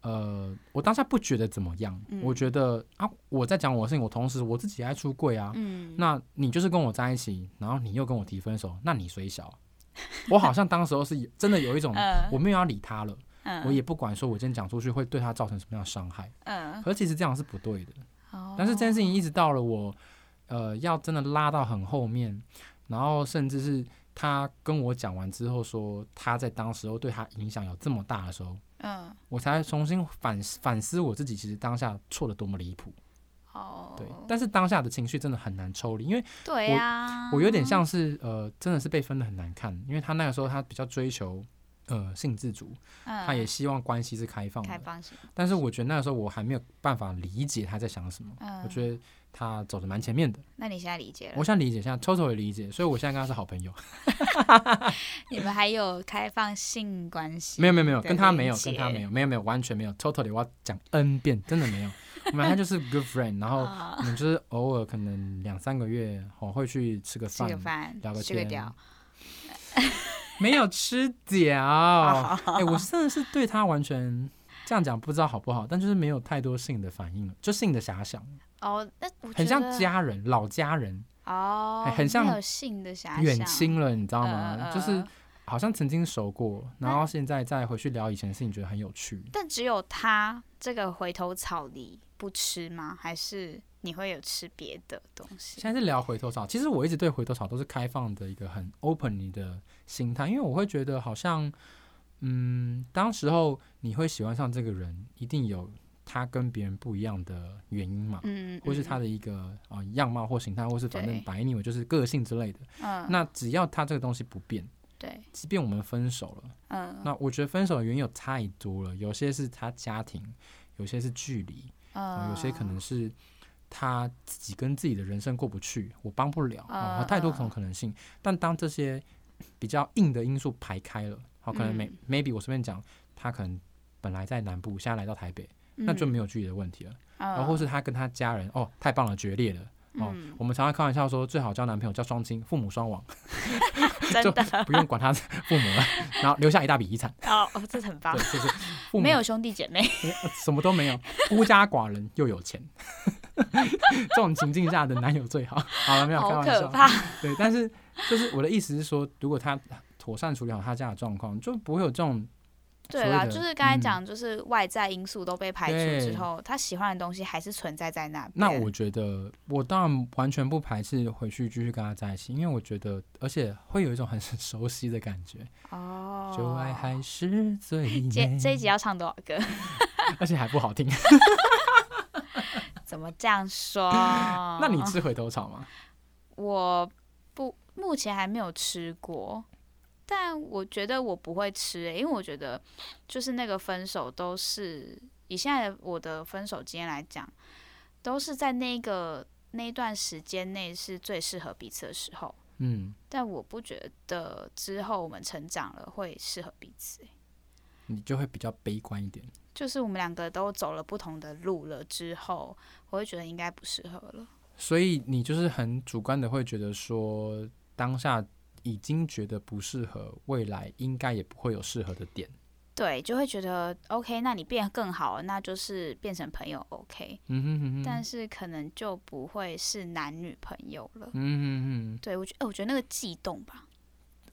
[SPEAKER 2] 呃，我当下不觉得怎么样，
[SPEAKER 1] 嗯
[SPEAKER 2] 我觉得啊，我在讲我的事情，我同时我自己爱出柜啊。
[SPEAKER 1] 嗯，
[SPEAKER 2] 那你就是跟我在一起，然后你又跟我提分手，那你谁小？我好像当时候是有真的有一 种，
[SPEAKER 1] 嗯
[SPEAKER 2] 我没有要理他了，
[SPEAKER 1] 嗯
[SPEAKER 2] 我也不管说我今天讲出去会对他造成什么样的伤害，
[SPEAKER 1] 嗯，
[SPEAKER 2] 可是其实这样是不对的。
[SPEAKER 1] 哦
[SPEAKER 2] 但是这件事情一直到了我，呃，要真的拉到很后面，然后甚至是他跟我讲完之后说他在当时候对他影响有这么大的时候，
[SPEAKER 1] 嗯
[SPEAKER 2] 我才重新反思反思我自己，其实当下错的多么离谱。
[SPEAKER 1] 哦，
[SPEAKER 2] 对，但是当下的情绪真的很难抽离，因为
[SPEAKER 1] 对啊
[SPEAKER 2] 我
[SPEAKER 1] 呀，
[SPEAKER 2] 我有点像是呃，真的是被分的很难看，因为他那个时候他比较追求。呃，性自主，
[SPEAKER 1] 嗯，
[SPEAKER 2] 他也希望关系是开放的，
[SPEAKER 1] 开放性，
[SPEAKER 2] 但是我觉得那个时候我还没有办法理解他在想什么，
[SPEAKER 1] 嗯，
[SPEAKER 2] 我觉得他走的蛮前面的。
[SPEAKER 1] 那你现在理解
[SPEAKER 2] 我
[SPEAKER 1] 了，
[SPEAKER 2] 现在理解，现在抽抽也理解，所以我现在跟他是好朋友。
[SPEAKER 1] 你们还有开放性关系？
[SPEAKER 2] 没有没有没有，
[SPEAKER 1] 的
[SPEAKER 2] 跟他没有，
[SPEAKER 1] 连
[SPEAKER 2] 跟他
[SPEAKER 1] 结
[SPEAKER 2] 没有，没有没有，完全没有。抽抽的我要讲 n 遍，真的没有。我们他就是 good friend，然后
[SPEAKER 1] 啊
[SPEAKER 2] 我们就是偶尔可能两三个月哦会去吃个
[SPEAKER 1] 吃
[SPEAKER 2] 饭
[SPEAKER 1] 个，饭，
[SPEAKER 2] 聊个
[SPEAKER 1] 吃个
[SPEAKER 2] 天
[SPEAKER 1] 屌，
[SPEAKER 2] 没有吃 屌。哎，我真的是对他完全这样讲不知道好不好，但就是没有太多性的反应了，就性的遐想，
[SPEAKER 1] 哦，那我
[SPEAKER 2] 很
[SPEAKER 1] 觉
[SPEAKER 2] 像
[SPEAKER 1] 得
[SPEAKER 2] 家人、老家人
[SPEAKER 1] 哦，
[SPEAKER 2] 很
[SPEAKER 1] 没
[SPEAKER 2] 像
[SPEAKER 1] 有性的遐
[SPEAKER 2] 远
[SPEAKER 1] 想，
[SPEAKER 2] 亲了，你知道
[SPEAKER 1] 嗯
[SPEAKER 2] 吗？
[SPEAKER 1] 嗯
[SPEAKER 2] 就是
[SPEAKER 1] 嗯
[SPEAKER 2] 好像曾经熟过，然
[SPEAKER 1] 那
[SPEAKER 2] 后现在再回去聊以前的事情，觉得很有趣。
[SPEAKER 1] 但只有他这个回头草梨不吃吗？还是你会有吃别的东西？
[SPEAKER 2] 现在是聊回头草，其实我一直对回头草都是开放的一个很 open 的心态，因为我会觉得好像，嗯，当时候你会喜欢上这个人，一定有他跟别人不一样的原因嘛，
[SPEAKER 1] 嗯，
[SPEAKER 2] 或是他
[SPEAKER 1] 嗯
[SPEAKER 2] 的一个啊、呃样貌或形态，或是反正
[SPEAKER 1] 对
[SPEAKER 2] 白你我就是个性之类的。
[SPEAKER 1] 嗯，
[SPEAKER 2] 那只要他这个东西不变，
[SPEAKER 1] 对，
[SPEAKER 2] 即便我们分手了，
[SPEAKER 1] 嗯
[SPEAKER 2] 那我觉得分手的原因有太多了，有些是他家庭，有些是距离，啊，
[SPEAKER 1] 嗯，
[SPEAKER 2] 有些可能是他自己跟自己的人生过不去，我帮不了，啊，
[SPEAKER 1] 嗯
[SPEAKER 2] 太多种可能性。但当这些比较硬的因素排开了，好，可能 may、maybe 我随便讲，他可能本来在南部，现在来到台北，那就
[SPEAKER 1] 嗯，呃
[SPEAKER 2] 没有距离的问题了。
[SPEAKER 1] 然
[SPEAKER 2] 然后或是他跟他家人，哦，太棒了，决裂了。哦，我们常常开玩笑说，最好交男朋友叫双亲，父母双亡，
[SPEAKER 1] 真
[SPEAKER 2] 就
[SPEAKER 1] 的
[SPEAKER 2] 不用管他父母了，然后留下一大笔遗产，
[SPEAKER 1] 哦，哦这很棒
[SPEAKER 2] 对，，就是父母
[SPEAKER 1] 没有兄弟姐妹，
[SPEAKER 2] 呃什么都没有，孤家寡人又有钱， 这种情境下的男友最好。好了，没有开
[SPEAKER 1] 好
[SPEAKER 2] 玩
[SPEAKER 1] 可
[SPEAKER 2] 笑。
[SPEAKER 1] 怕，
[SPEAKER 2] 对，但是就是我的意思是说，如果他妥善处理好他家的状况，就不会有这种
[SPEAKER 1] 对
[SPEAKER 2] 所谓
[SPEAKER 1] 啦，
[SPEAKER 2] 的
[SPEAKER 1] 就是刚才
[SPEAKER 2] 嗯
[SPEAKER 1] 讲，就是外在因素都被排除
[SPEAKER 2] 对
[SPEAKER 1] 之后，他喜欢的东西还是存在在那边。
[SPEAKER 2] 那我觉得，我当然完全不排斥回去继续跟他在一起，因为我觉得，而且会有一种很 熟悉的感觉，
[SPEAKER 1] 哦，
[SPEAKER 2] 就爱还是最美
[SPEAKER 1] 这，这一集要哦唱多少歌？
[SPEAKER 2] 而且还不好听。
[SPEAKER 1] 怎么这样说
[SPEAKER 2] ？那你吃回头草吗？
[SPEAKER 1] 我不目前还没有吃过，但我觉得我不会吃、欸，因为我觉得就是那个分手都是以现在的我的分手经验来讲，都是在那个那一段时间内是最适合彼此的时候。
[SPEAKER 2] 嗯，
[SPEAKER 1] 但我不觉得之后我们成长了会适合彼此、欸
[SPEAKER 2] 你就会比较悲观一点。
[SPEAKER 1] 就是我们两个都走了不同的路了之后，我会觉得应该不适合了。
[SPEAKER 2] 所以你就是很主观的会觉得说，当下已经觉得不适合，未来应该也不会有适合的点。
[SPEAKER 1] 对，就会觉得 OK，那你变更好了，那就是变成朋友 OK，、
[SPEAKER 2] 嗯哼哼哼，
[SPEAKER 1] 但是可能就不会是男女朋友了。
[SPEAKER 2] 嗯哼
[SPEAKER 1] 对我觉得、哎我觉得那个悸动吧，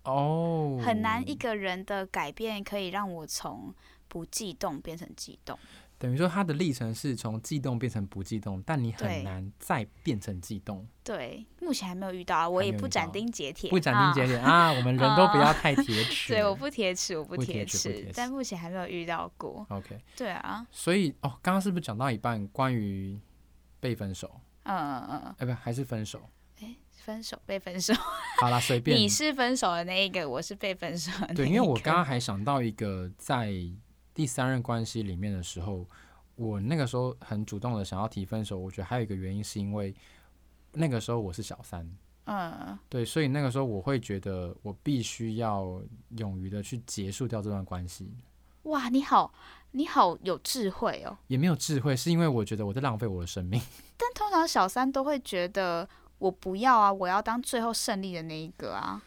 [SPEAKER 2] 哼，哦，
[SPEAKER 1] 很难一个人的改变可以让我从不悸动变成悸动。
[SPEAKER 2] 等于说它的历程是从悸动变成不悸动，但你
[SPEAKER 1] 对
[SPEAKER 2] 很难再变成悸动。
[SPEAKER 1] 对，目前还没有遇到啊，我
[SPEAKER 2] 还
[SPEAKER 1] 也
[SPEAKER 2] 没有
[SPEAKER 1] 不
[SPEAKER 2] 遇
[SPEAKER 1] 斩
[SPEAKER 2] 到
[SPEAKER 1] 钉截铁，
[SPEAKER 2] 不斩钉
[SPEAKER 1] 啊
[SPEAKER 2] 截铁啊，我们人都不要太铁齿。
[SPEAKER 1] 对，我不铁齿，我不
[SPEAKER 2] 不
[SPEAKER 1] 铁
[SPEAKER 2] 铁齿不铁
[SPEAKER 1] 但
[SPEAKER 2] 齿
[SPEAKER 1] 目前还没有遇到过。
[SPEAKER 2] OK，
[SPEAKER 1] 对啊，
[SPEAKER 2] 所以哦，刚刚是不是讲到一半关于被分手？
[SPEAKER 1] 嗯嗯嗯嗯，
[SPEAKER 2] 哎、不，还是分手？
[SPEAKER 1] 分手被分手，
[SPEAKER 2] 好啦，随便
[SPEAKER 1] 你是分手的那一个，我是被分手的那一个。
[SPEAKER 2] 对，因为我刚刚还想到一个，在第三任关系里面的时候，我那个时候很主动的想要提分手，我觉得还有一个原因是因为那个时候我是小三，
[SPEAKER 1] 嗯
[SPEAKER 2] 对，所以那个时候我会觉得我必须要勇于的去结束掉这段关系，
[SPEAKER 1] 哇，你好，你好有智慧哦。
[SPEAKER 2] 也没有智慧，是因为我觉得我在浪费我的生命。
[SPEAKER 1] 但通常小三都会觉得我不要啊，我要当最后胜利的那一个啊，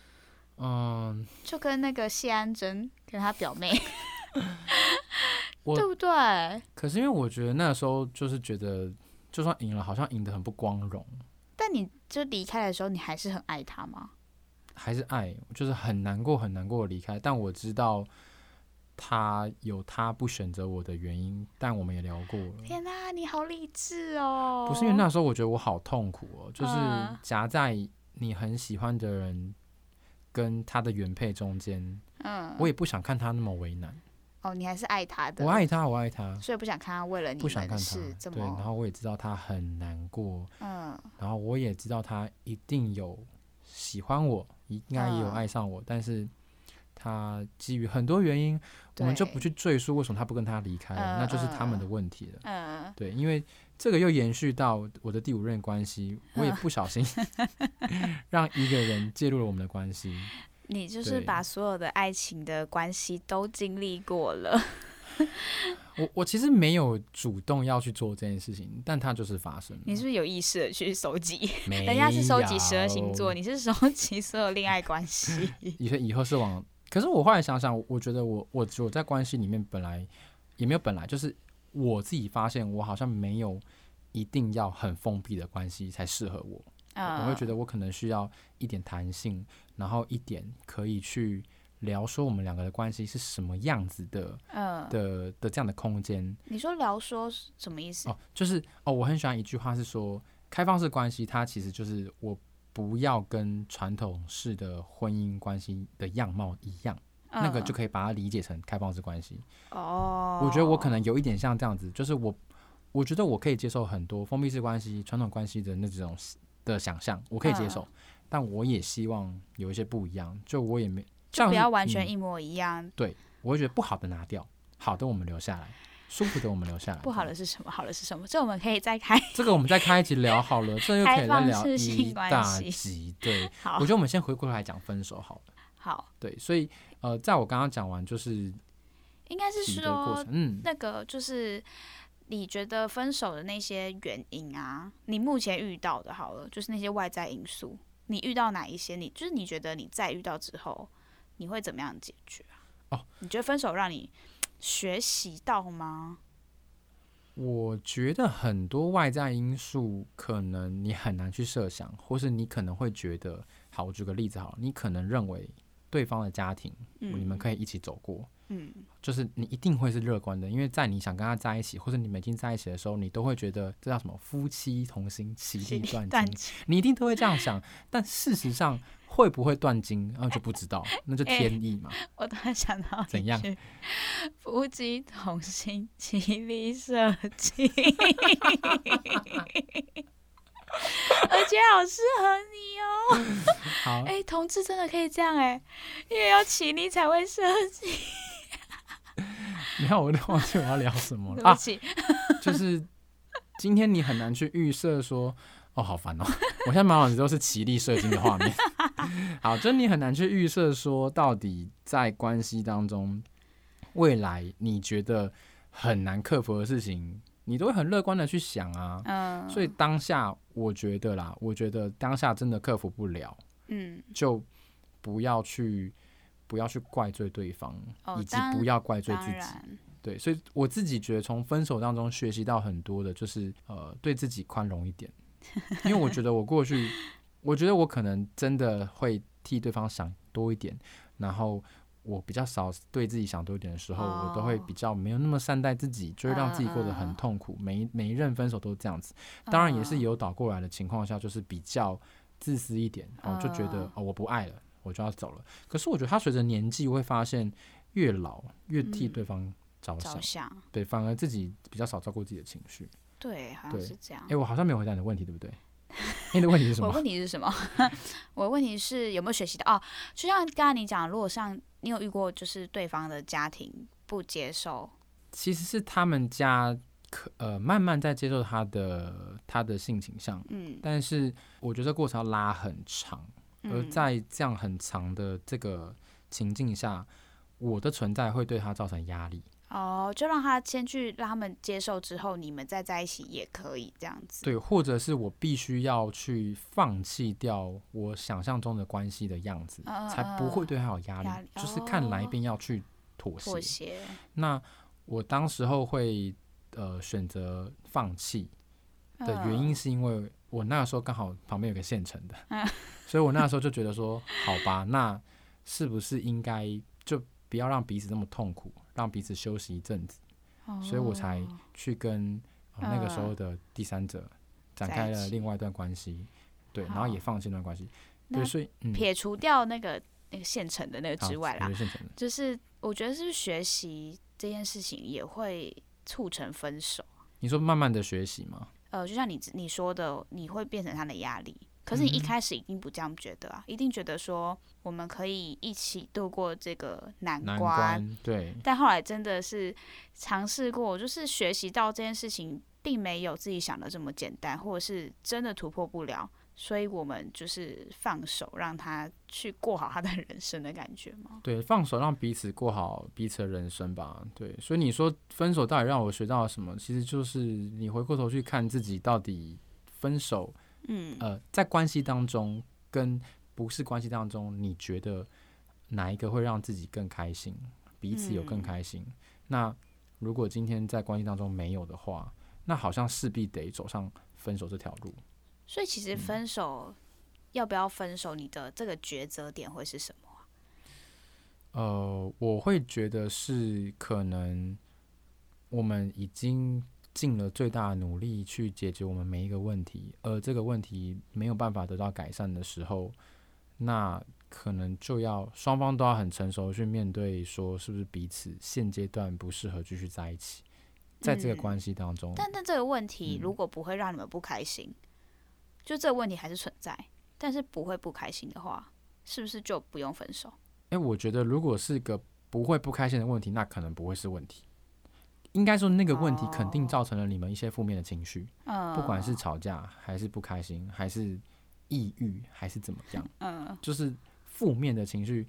[SPEAKER 2] 嗯，
[SPEAKER 1] 就跟那个谢安珍跟她表妹，
[SPEAKER 2] 我
[SPEAKER 1] 对不对？
[SPEAKER 2] 可是因为我觉得那时候就是觉得，就算赢了，好像赢得很不光荣，
[SPEAKER 1] 但你就离开的时候，你还是很爱他吗？
[SPEAKER 2] 还是爱，就是很难过，很难过地离开。但我知道他有他不选择我的原因，但我们也聊过了，
[SPEAKER 1] 天哪、你好励志哦！
[SPEAKER 2] 不是因为那时候我觉得我好痛苦哦，就是
[SPEAKER 1] 嗯
[SPEAKER 2] 夹在你很喜欢的人跟他的原配中间，
[SPEAKER 1] 嗯，
[SPEAKER 2] 我也不想看他那么为难。
[SPEAKER 1] 哦，你还是爱他的，
[SPEAKER 2] 我爱他，我爱他，
[SPEAKER 1] 所以不想看他为了你
[SPEAKER 2] 不想看
[SPEAKER 1] 们
[SPEAKER 2] 他
[SPEAKER 1] 是这。
[SPEAKER 2] 对，然
[SPEAKER 1] 么，
[SPEAKER 2] 后我也知道他很难过，
[SPEAKER 1] 嗯
[SPEAKER 2] 然后我也知道他一定有喜欢我，应该也有
[SPEAKER 1] 嗯
[SPEAKER 2] 爱上我，但是他基于很多原因，我们就
[SPEAKER 1] 对
[SPEAKER 2] 不去赘述为什么他不跟他离开了，
[SPEAKER 1] 嗯
[SPEAKER 2] 那就是他们
[SPEAKER 1] 嗯
[SPEAKER 2] 的问题了。
[SPEAKER 1] 嗯，
[SPEAKER 2] 对，因为这个又延续到我的第五任关系，我
[SPEAKER 1] 嗯
[SPEAKER 2] 也不小心、 让一个人介入了我们的关系。
[SPEAKER 1] 你就是
[SPEAKER 2] 对
[SPEAKER 1] 把所有的爱情的关系都经历过
[SPEAKER 2] 嗯
[SPEAKER 1] 了，
[SPEAKER 2] 我我其实没有主动要去做这件事情，但它就是发生了。
[SPEAKER 1] 你是不是有意识的去收集？
[SPEAKER 2] 没
[SPEAKER 1] 人家是收集十二
[SPEAKER 2] 有
[SPEAKER 1] 星座，你是收集所有恋爱关 系。
[SPEAKER 2] 以后以后是往，可是我后来想想，我觉得我我我在关系里面本来也没有本来就是我自己发现我好像没有一定要很封闭的关系才适合我，
[SPEAKER 1] 嗯，
[SPEAKER 2] 我会觉得我可能需要一点弹性，然后一点可以去聊说我们两个的关系是什么样子的
[SPEAKER 1] 嗯，
[SPEAKER 2] 的的这样的空间
[SPEAKER 1] 你说聊说是什么意思？
[SPEAKER 2] 哦，就是哦，我很喜欢一句话是说，开放式关系它其实就是我不要跟传统式的婚姻关系的样貌一样。那个就可以把它理解成开放式关系。
[SPEAKER 1] 以嗯哦。
[SPEAKER 2] 我觉得我可能有一点像这样子，就是我，我觉得我可以接受很多封闭式关系、传统关系的那种的想象，我可以接受，但我也希望有一些不一样。就我也没
[SPEAKER 1] 嗯就
[SPEAKER 2] 这样
[SPEAKER 1] 不
[SPEAKER 2] 子
[SPEAKER 1] 要完全、
[SPEAKER 2] 嗯
[SPEAKER 1] 一模一样。
[SPEAKER 2] 我会觉得不好的拿掉，好的我们留下来，舒服的我们留下来。
[SPEAKER 1] 不好的是什么？好的是什么？这我们可以再开。
[SPEAKER 2] 这个我们再开一集聊好了，这又可以再
[SPEAKER 1] 开放
[SPEAKER 2] 聊
[SPEAKER 1] 式
[SPEAKER 2] 一
[SPEAKER 1] 性关
[SPEAKER 2] 大
[SPEAKER 1] 系
[SPEAKER 2] 集。对，
[SPEAKER 1] 好
[SPEAKER 2] 我觉得我们先回过来讲分手好了。
[SPEAKER 1] 好，
[SPEAKER 2] 对，所以呃，在我刚刚讲完就是
[SPEAKER 1] 应该是
[SPEAKER 2] 几个过
[SPEAKER 1] 说
[SPEAKER 2] 程，嗯，
[SPEAKER 1] 那个就是你觉得分手的那些原因啊，你目前遇到的好了，就是那些外在因素，你遇到哪一些？你就是你觉得你再遇到之后，你会怎么样解决啊？
[SPEAKER 2] 哦，
[SPEAKER 1] 你觉得分手让你学习到吗？
[SPEAKER 2] 我觉得很多外在因素可能你很难去设想，或是你可能会觉得，好，我举个例子好了，你可能认为对方的家庭，你
[SPEAKER 1] 嗯
[SPEAKER 2] 们可以一起走过，
[SPEAKER 1] 嗯
[SPEAKER 2] 就是你一定会是乐观的，因为在你想跟他在一起，或者你们已经在一起的时候，你都会觉得这叫什么夫妻同心，其利断金，你一定都会这样想。但事实上会不会断金，那、就不知道，那就
[SPEAKER 1] 哎
[SPEAKER 2] 天意嘛。
[SPEAKER 1] 我突然想到
[SPEAKER 2] 怎样？
[SPEAKER 1] 夫妻同心，其利社稷。 而且好适合你哦。
[SPEAKER 2] 好，
[SPEAKER 1] 哎、同志真的可以这样哎、因为要起立才会设计。
[SPEAKER 2] 你看我都忘记我要聊什么
[SPEAKER 1] 对
[SPEAKER 2] 了
[SPEAKER 1] 不
[SPEAKER 2] 啊。
[SPEAKER 1] 起，
[SPEAKER 2] 就是今天你很难去预设说，哦，好烦哦！我现在满脑子都是奇力射精的画面。 好，就是你很难去预设说，到底在关系当中，未来你觉得很难克服的事情，你都会很乐观的去想啊。
[SPEAKER 1] 嗯，
[SPEAKER 2] 所以当下，我觉得啦，我觉得当下真的克服不了，
[SPEAKER 1] 嗯，
[SPEAKER 2] 就不要去。不要去怪罪对方，
[SPEAKER 1] 哦
[SPEAKER 2] 以及
[SPEAKER 1] 当
[SPEAKER 2] 不要怪罪
[SPEAKER 1] 当
[SPEAKER 2] 自己。
[SPEAKER 1] 然，
[SPEAKER 2] 对，所以我自己觉得从分手当中学习到很多的，就是呃，对自己宽容一点，因为我觉得我过去，我觉得我可能真的会替对方想多一点，然后我比较少对自己想多一点的时候，
[SPEAKER 1] 哦
[SPEAKER 2] 我都会比较没有那么善待自己，就会让自己过得很痛苦。每一每一任分手都是这样子，当然也
[SPEAKER 1] 嗯
[SPEAKER 2] 是有倒过来的情况下，就是比较自私一点，哦，就觉得
[SPEAKER 1] 嗯
[SPEAKER 2] 哦我不爱了，我就要走了。可是我觉得他随着年纪，我会发现越老越替
[SPEAKER 1] 嗯
[SPEAKER 2] 对方着想，
[SPEAKER 1] 着想，
[SPEAKER 2] 对，反而自己比较少照顾自己的情绪。
[SPEAKER 1] 对，好像
[SPEAKER 2] 对
[SPEAKER 1] 是这样
[SPEAKER 2] 哎、。我好像没有回答你的问题，对不对？你的问题是
[SPEAKER 1] 嗯
[SPEAKER 2] 什
[SPEAKER 1] 我
[SPEAKER 2] 么？
[SPEAKER 1] 问题是什么？我的问题是有没有学习到？哦，就像刚刚你讲，如果像你有遇过，就是对方的家庭不接受，
[SPEAKER 2] 其实是他们家可呃慢慢在接受他的他的性倾向，
[SPEAKER 1] 嗯
[SPEAKER 2] 但是我觉得这过程要拉很长，而
[SPEAKER 1] 嗯，
[SPEAKER 2] 在这样很长的这个情境下，我的存在会对他造成压力。
[SPEAKER 1] 哦，就让他先去让他们接受之后，你们再在一起也可以这样子。
[SPEAKER 2] 对，或者是我必须要去放弃掉我想象中的关系的样子，
[SPEAKER 1] 嗯，嗯
[SPEAKER 2] 才不会
[SPEAKER 1] 嗯
[SPEAKER 2] 对他有压力。
[SPEAKER 1] 压力
[SPEAKER 2] 就是看哪一
[SPEAKER 1] 哦
[SPEAKER 2] 边要去妥协。
[SPEAKER 1] 妥协。
[SPEAKER 2] 那我当时候会呃选择放弃
[SPEAKER 1] 嗯
[SPEAKER 2] 的原因，是因为我那时候刚好旁边有个现成的，
[SPEAKER 1] 嗯
[SPEAKER 2] 所以我那时候就觉得说，好吧，那是不是应该就不要让彼此那么痛苦，让彼此休息一阵子，
[SPEAKER 1] 嗯，
[SPEAKER 2] 所以我才
[SPEAKER 1] 哦
[SPEAKER 2] 去跟、呃那个时候
[SPEAKER 1] 嗯
[SPEAKER 2] 的第三者展
[SPEAKER 1] 在
[SPEAKER 2] 开
[SPEAKER 1] 一
[SPEAKER 2] 了
[SPEAKER 1] 起
[SPEAKER 2] 另外一段关系，对，然后
[SPEAKER 1] 好
[SPEAKER 2] 也放弃那段关系，
[SPEAKER 1] 那
[SPEAKER 2] 对，所以嗯，
[SPEAKER 1] 撇除掉那个那个现成的那个
[SPEAKER 2] 好
[SPEAKER 1] 之外啦
[SPEAKER 2] 有，现成的。
[SPEAKER 1] 就是我觉得是不是学习这件事情也会促成分手。
[SPEAKER 2] 你说慢慢的学习嘛，
[SPEAKER 1] 呃，就像你你说的，你会变成他的压力。可是你一
[SPEAKER 2] 嗯哼
[SPEAKER 1] 开始一定不这样觉得啊，一定觉得说我们可以一起度过这个难
[SPEAKER 2] 难
[SPEAKER 1] 关。
[SPEAKER 2] 关对，
[SPEAKER 1] 但后来真的是尝试过，就是学习到这件事情并没有自己想的这么简单，或者是真的突破不了，所以我们就是放手，让他去过好他的 人生的感觉吗？
[SPEAKER 2] 对，放手让彼此过好彼此的人生吧。对，所以你说分手到底让我学到了什么？其实就是你回过头去看自己到底分手，
[SPEAKER 1] 嗯，
[SPEAKER 2] 呃，在关系当中跟不是关系当中，你觉得哪一个会让自己更开心，彼此有更
[SPEAKER 1] 嗯
[SPEAKER 2] 开心？那如果今天在关系当中没有的话，那好像势必得走上分手这条路。
[SPEAKER 1] 所以其
[SPEAKER 2] 嗯
[SPEAKER 1] 实分手、要不要分手，你的这个抉择点会是什么？
[SPEAKER 2] 呃，我会觉得是可能我们已经尽了最大的努力去解决我们每一个问题，而这个问题没有办法得到改善的时候，那可能就要双方都要很成熟地去面对，说是不是彼此现阶段不适合继续在一起，在这个
[SPEAKER 1] 嗯
[SPEAKER 2] 关系当中，
[SPEAKER 1] 但但这个问题
[SPEAKER 2] 嗯
[SPEAKER 1] 如果不会让你们不开心，就这个问题还是存在，但是不会不开心的话，是不是就不用分手？
[SPEAKER 2] 哎、我觉得如果是个不会不开心的问题，那可能不会是问题。应该说，那个问题肯定
[SPEAKER 1] 哦
[SPEAKER 2] 造成了你们一些负面的情绪。
[SPEAKER 1] 嗯，
[SPEAKER 2] 不管是吵架还是不开心，还是抑郁，还是怎么样，
[SPEAKER 1] 嗯
[SPEAKER 2] 就是负面的情绪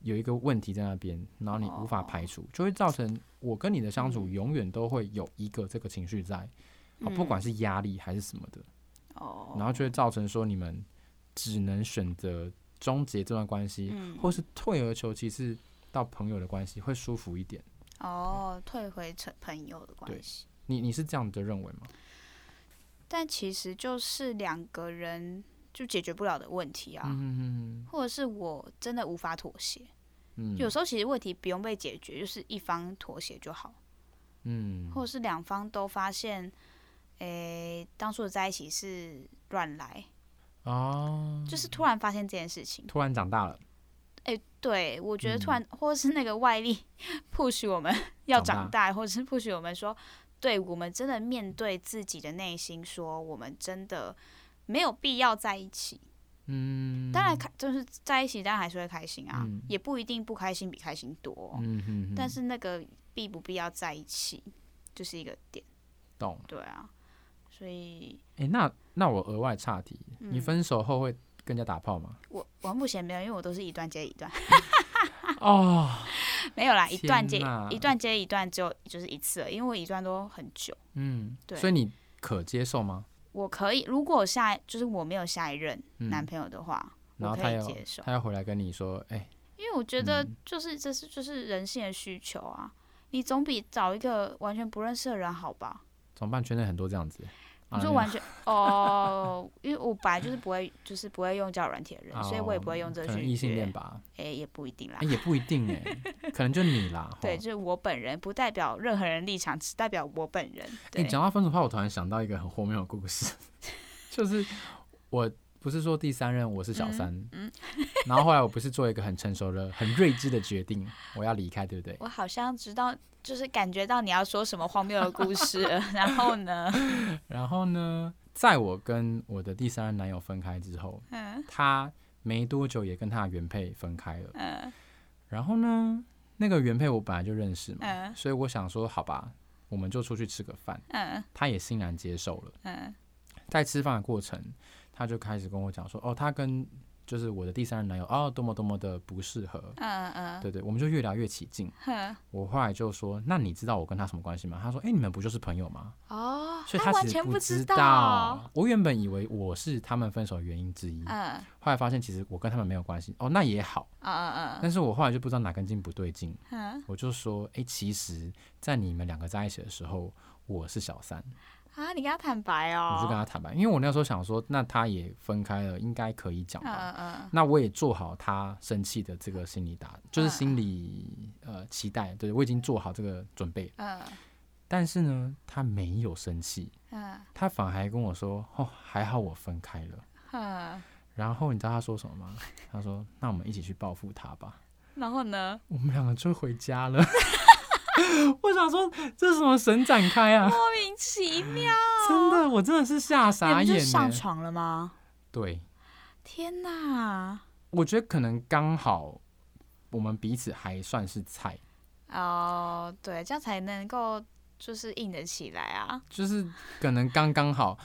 [SPEAKER 2] 有一个问题在那边，然后你无法排除，就会造成我跟你的相处永远都会有一个这个情绪在，啊，不管是压力还是什么的，
[SPEAKER 1] 哦，
[SPEAKER 2] 然后就会造成说你们只能选择终结这段关系，
[SPEAKER 1] 嗯
[SPEAKER 2] 或是退而求其次到朋友的关系会舒服一点。
[SPEAKER 1] 哦，退回成朋友的关
[SPEAKER 2] 对
[SPEAKER 1] 系，
[SPEAKER 2] 你你是这样的认为吗？
[SPEAKER 1] 但其实就是两个人就解决不了的问题啊，
[SPEAKER 2] 嗯嗯
[SPEAKER 1] 或者是我真的无法妥协。
[SPEAKER 2] 嗯
[SPEAKER 1] 有时候其实问题不用被解决，就是一方妥协就好，
[SPEAKER 2] 嗯，
[SPEAKER 1] 或者是两方都发现，诶、当初的在一起是乱来，
[SPEAKER 2] 哦，
[SPEAKER 1] 就是突然发现这件事情。
[SPEAKER 2] 突然长大了。
[SPEAKER 1] 诶、对我觉得突
[SPEAKER 2] 嗯
[SPEAKER 1] 然，或是那个外力 push 我们要
[SPEAKER 2] 长
[SPEAKER 1] 长大，或者是 push 我们说，对我们真的面对自己的内心说我们真的没有必要在一起。
[SPEAKER 2] 嗯，
[SPEAKER 1] 当然开就是在一起，当然还是会开心啊，
[SPEAKER 2] 嗯
[SPEAKER 1] 也不一定不开心比开心多、
[SPEAKER 2] 嗯哼哼，
[SPEAKER 1] 哦但是那个必不必要在一起，就是一个点，
[SPEAKER 2] 懂。
[SPEAKER 1] 对啊，所以
[SPEAKER 2] 哎、那那我额外岔题，你
[SPEAKER 1] 嗯
[SPEAKER 2] 分手后会跟人家打炮吗？
[SPEAKER 1] 我我目前没有，因为我都是一段接一段， 啊
[SPEAKER 2] 哦，
[SPEAKER 1] 没有啦，一段接
[SPEAKER 2] 天哪
[SPEAKER 1] 一段接一段，只有就是一次而已，因为我一段都很久，
[SPEAKER 2] 嗯，
[SPEAKER 1] 对
[SPEAKER 2] 所以你可接受吗？
[SPEAKER 1] 我可以，如果我下就是我没有下一任
[SPEAKER 2] 嗯
[SPEAKER 1] 男朋友的话，
[SPEAKER 2] 然
[SPEAKER 1] 我
[SPEAKER 2] 后
[SPEAKER 1] 可
[SPEAKER 2] 他
[SPEAKER 1] 以
[SPEAKER 2] 要
[SPEAKER 1] 接受，
[SPEAKER 2] 他要回来跟你说，哎、
[SPEAKER 1] 因为我觉得
[SPEAKER 2] 嗯
[SPEAKER 1] 就是这是就是人性的需求啊，你总比找一个完全不认识的人好吧？
[SPEAKER 2] 怎么办？圈内很多这样子，好
[SPEAKER 1] 你说
[SPEAKER 2] 了啊没有
[SPEAKER 1] 完全哦，因为我本来就是不会，就是不会用交友软体的人，所以我也不会用这
[SPEAKER 2] 哦
[SPEAKER 1] 个
[SPEAKER 2] 可
[SPEAKER 1] 去
[SPEAKER 2] 能异性
[SPEAKER 1] 约
[SPEAKER 2] 恋吧，
[SPEAKER 1] 哎、也不一定啦
[SPEAKER 2] 哎、。也不一定哎、可能就你啦。
[SPEAKER 1] 对，
[SPEAKER 2] 吼
[SPEAKER 1] 就是我本人，不代表任何人立场，只代表我本人。
[SPEAKER 2] 你
[SPEAKER 1] 对，
[SPEAKER 2] 讲到分手炮，我突然想到一个很荒谬的故事， 就是我不是说第三任我是
[SPEAKER 1] 嗯
[SPEAKER 2] 小三，然后后来我不是做一个很成熟的、很睿智的决定，我要离开，对不对？
[SPEAKER 1] 我好像知道，就是感觉到你要说什么荒谬的故事了。 然后呢，
[SPEAKER 2] 然后呢，在我跟我的第三任男友分开之后，
[SPEAKER 1] 嗯
[SPEAKER 2] 他没多久也跟他的原配分开了。
[SPEAKER 1] 嗯
[SPEAKER 2] 然后呢，那个原配我本来就认识嘛，
[SPEAKER 1] 嗯
[SPEAKER 2] 所以我想说，好吧，我们就出去吃个饭，
[SPEAKER 1] 嗯
[SPEAKER 2] 他也欣然接受了。
[SPEAKER 1] 嗯
[SPEAKER 2] 在吃饭的过程，他就开始跟我讲说，哦，他跟就是我的第三任男友，哦，多么多么的不适合，
[SPEAKER 1] 嗯嗯，
[SPEAKER 2] 对对，我们就越聊越起劲。
[SPEAKER 1] 哼，
[SPEAKER 2] 我后来就说，那你知道我跟他什么关系吗？他说，哎、你们不就是朋友吗？
[SPEAKER 1] 哦，
[SPEAKER 2] 所以
[SPEAKER 1] 他完
[SPEAKER 2] 其实
[SPEAKER 1] 全
[SPEAKER 2] 不
[SPEAKER 1] 知道。
[SPEAKER 2] 道。我原本以为我是他们分手的原因之一，
[SPEAKER 1] 嗯
[SPEAKER 2] 后来发现其实我跟他们没有关系。哦，那也好，
[SPEAKER 1] 嗯嗯
[SPEAKER 2] 但是我后来就不知道哪根筋不对劲，
[SPEAKER 1] 嗯
[SPEAKER 2] 我就说，哎、其实，在你们两个在一起的时候，我是小三。
[SPEAKER 1] 啊，你跟他坦白哦。
[SPEAKER 2] 我就跟他坦白，因为我那时候想说，那他也分开了，应该可以讲吧。
[SPEAKER 1] 嗯嗯
[SPEAKER 2] 那我也做好他生气的这个心理打，就
[SPEAKER 1] 嗯
[SPEAKER 2] 是心理、呃期待，对我已经做好这个准备。
[SPEAKER 1] 嗯
[SPEAKER 2] 但是呢，他没有生气，
[SPEAKER 1] 嗯
[SPEAKER 2] 他反而还跟我说：“哦，还好我分开了。
[SPEAKER 1] 嗯，”
[SPEAKER 2] 然后你知道他说什么吗？他说：“那我们一起去报复他吧。
[SPEAKER 1] 然后呢？”
[SPEAKER 2] 我们两个就回家了。 我想说，这是什么神展开啊！
[SPEAKER 1] 莫名其妙。
[SPEAKER 2] 真的，我真的是吓
[SPEAKER 1] 嗯你
[SPEAKER 2] 傻
[SPEAKER 1] 们就
[SPEAKER 2] 眼
[SPEAKER 1] 上
[SPEAKER 2] 呢。
[SPEAKER 1] 床了吗？
[SPEAKER 2] 对，
[SPEAKER 1] 天哪！
[SPEAKER 2] 我觉得可能刚好我们彼此还算是菜，
[SPEAKER 1] 哦，对，这样才能够就是硬得起来啊。
[SPEAKER 2] 就是可能刚刚好。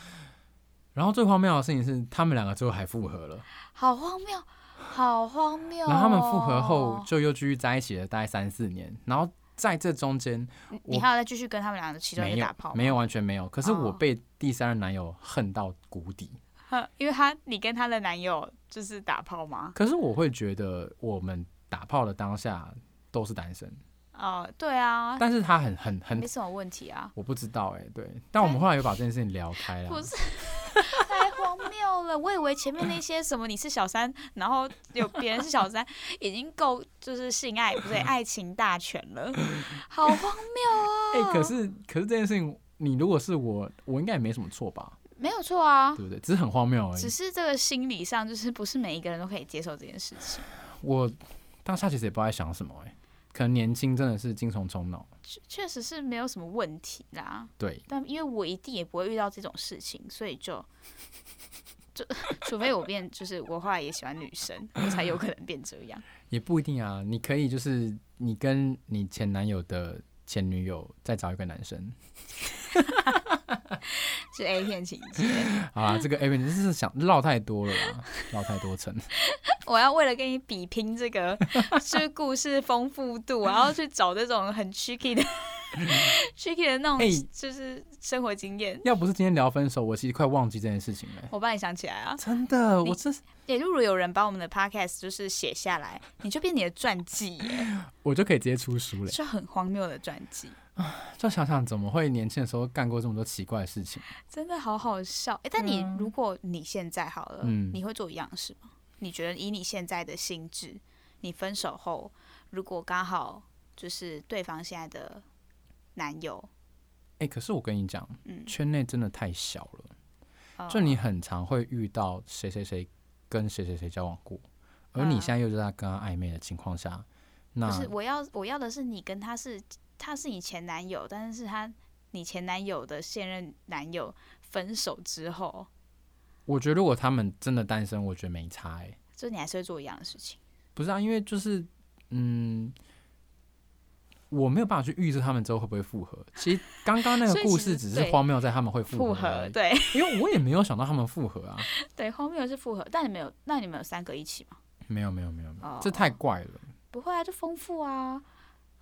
[SPEAKER 2] 然后最荒谬的事情是，他们两个最后还复合了。
[SPEAKER 1] 好荒谬，好荒谬、
[SPEAKER 2] 然后他们复合后，就又继续在一起了，大概三四年。然后在这中间
[SPEAKER 1] 你
[SPEAKER 2] 我
[SPEAKER 1] 你还要再继续跟他们俩的其中一
[SPEAKER 2] 没
[SPEAKER 1] 个
[SPEAKER 2] 有
[SPEAKER 1] 打炮吗
[SPEAKER 2] 没有，完全没有。可是我
[SPEAKER 1] 哦
[SPEAKER 2] 被第三任男友恨到谷底。
[SPEAKER 1] 呵因为他你跟他的男友就是打炮吗？
[SPEAKER 2] 可是我会觉得我们打炮的当下都是单身，
[SPEAKER 1] 哦，对啊，
[SPEAKER 2] 但是他很很很
[SPEAKER 1] 没，什么问题 啊，
[SPEAKER 2] 我不知道哎、对。但我们后来有把这件事 情聊开啊了。
[SPEAKER 1] 不是。太荒谬了！我以为前面那些什么你是小三，然后有别人是小三，已经够就是性爱 不对爱情大全 了，好荒
[SPEAKER 2] 哎、
[SPEAKER 1] 谬啊！
[SPEAKER 2] 可是可是这件事情，你如果是我，我应该也没什么错吧，
[SPEAKER 1] 没有错啊，
[SPEAKER 2] 对不对？只是很荒谬而已
[SPEAKER 1] 只。是这个心理上，就是不是每一个人都可以接受这件事情。
[SPEAKER 2] 我当下其实也不知道在想什么、哎，可能年轻真的是精虫充脑。
[SPEAKER 1] 确确实是没有什么问题啦，
[SPEAKER 2] 对，
[SPEAKER 1] 但因为我一定也不会遇到这种事情，所以就就除非我变，就是我后来也喜欢女生，我才有可能变这样。
[SPEAKER 2] 也不一定啊。你可以就是你跟你前男友的前女友再找一个男生。
[SPEAKER 1] 是 A 片情节，
[SPEAKER 2] 好啦，这个 A 片真是想绕太多了啦，绕太多层。
[SPEAKER 1] 我要为了跟你比拼这 个就是故事丰富度，然后去找这种很 tricky 的 tricky 的那
[SPEAKER 2] 哎
[SPEAKER 1] 种，就是生活经验。
[SPEAKER 2] 要不是今天聊分手，我其实快忘记这件事情了、
[SPEAKER 1] 我帮你想起来啊，
[SPEAKER 2] 真的，
[SPEAKER 1] 你
[SPEAKER 2] 我这
[SPEAKER 1] 也如果有人把我们的 podcast 就是写下来，你就变你的传记耶，
[SPEAKER 2] 我就可以直接出书了。
[SPEAKER 1] 是很荒谬的传记，
[SPEAKER 2] 就想想怎么会年轻的时候干过这么多奇怪的事情。
[SPEAKER 1] 真的好好笑。哎、但你如果你现在好了，
[SPEAKER 2] 嗯
[SPEAKER 1] 你会做一样事吗？你觉得以你现在的心智，你分手后如果刚好就是对方现在的男友，
[SPEAKER 2] 哎、可是我跟你讲，
[SPEAKER 1] 嗯，
[SPEAKER 2] 圈内真的太小了。
[SPEAKER 1] 呃
[SPEAKER 2] 就你很常会遇到谁谁谁跟谁谁谁交往过，而你
[SPEAKER 1] 嗯
[SPEAKER 2] 现在又是在跟他暧昧的情况下，那
[SPEAKER 1] 不是我要我要的是你跟他是他是你前男友，但是他你前男友的现任男友分手之后，
[SPEAKER 2] 我觉得如果他们真的单身，我觉得没差、欸。
[SPEAKER 1] 就你还是会做一样的事情。
[SPEAKER 2] 不是啊，因为就是嗯，我没有办法去预测他们之后会不会复合。其实刚刚那个
[SPEAKER 1] 所以其
[SPEAKER 2] 故
[SPEAKER 1] 实
[SPEAKER 2] 事只是
[SPEAKER 1] 对
[SPEAKER 2] 荒谬在他们会
[SPEAKER 1] 复
[SPEAKER 2] 复合而
[SPEAKER 1] 合，
[SPEAKER 2] 已，
[SPEAKER 1] 对
[SPEAKER 2] 因为我也没有想到他们复合啊。
[SPEAKER 1] 对，荒谬是复合，但你们有，那你们有三个一起吗？
[SPEAKER 2] 没有没有没有没有，
[SPEAKER 1] 哦
[SPEAKER 2] 这太怪了。
[SPEAKER 1] 不会啊，就丰富啊。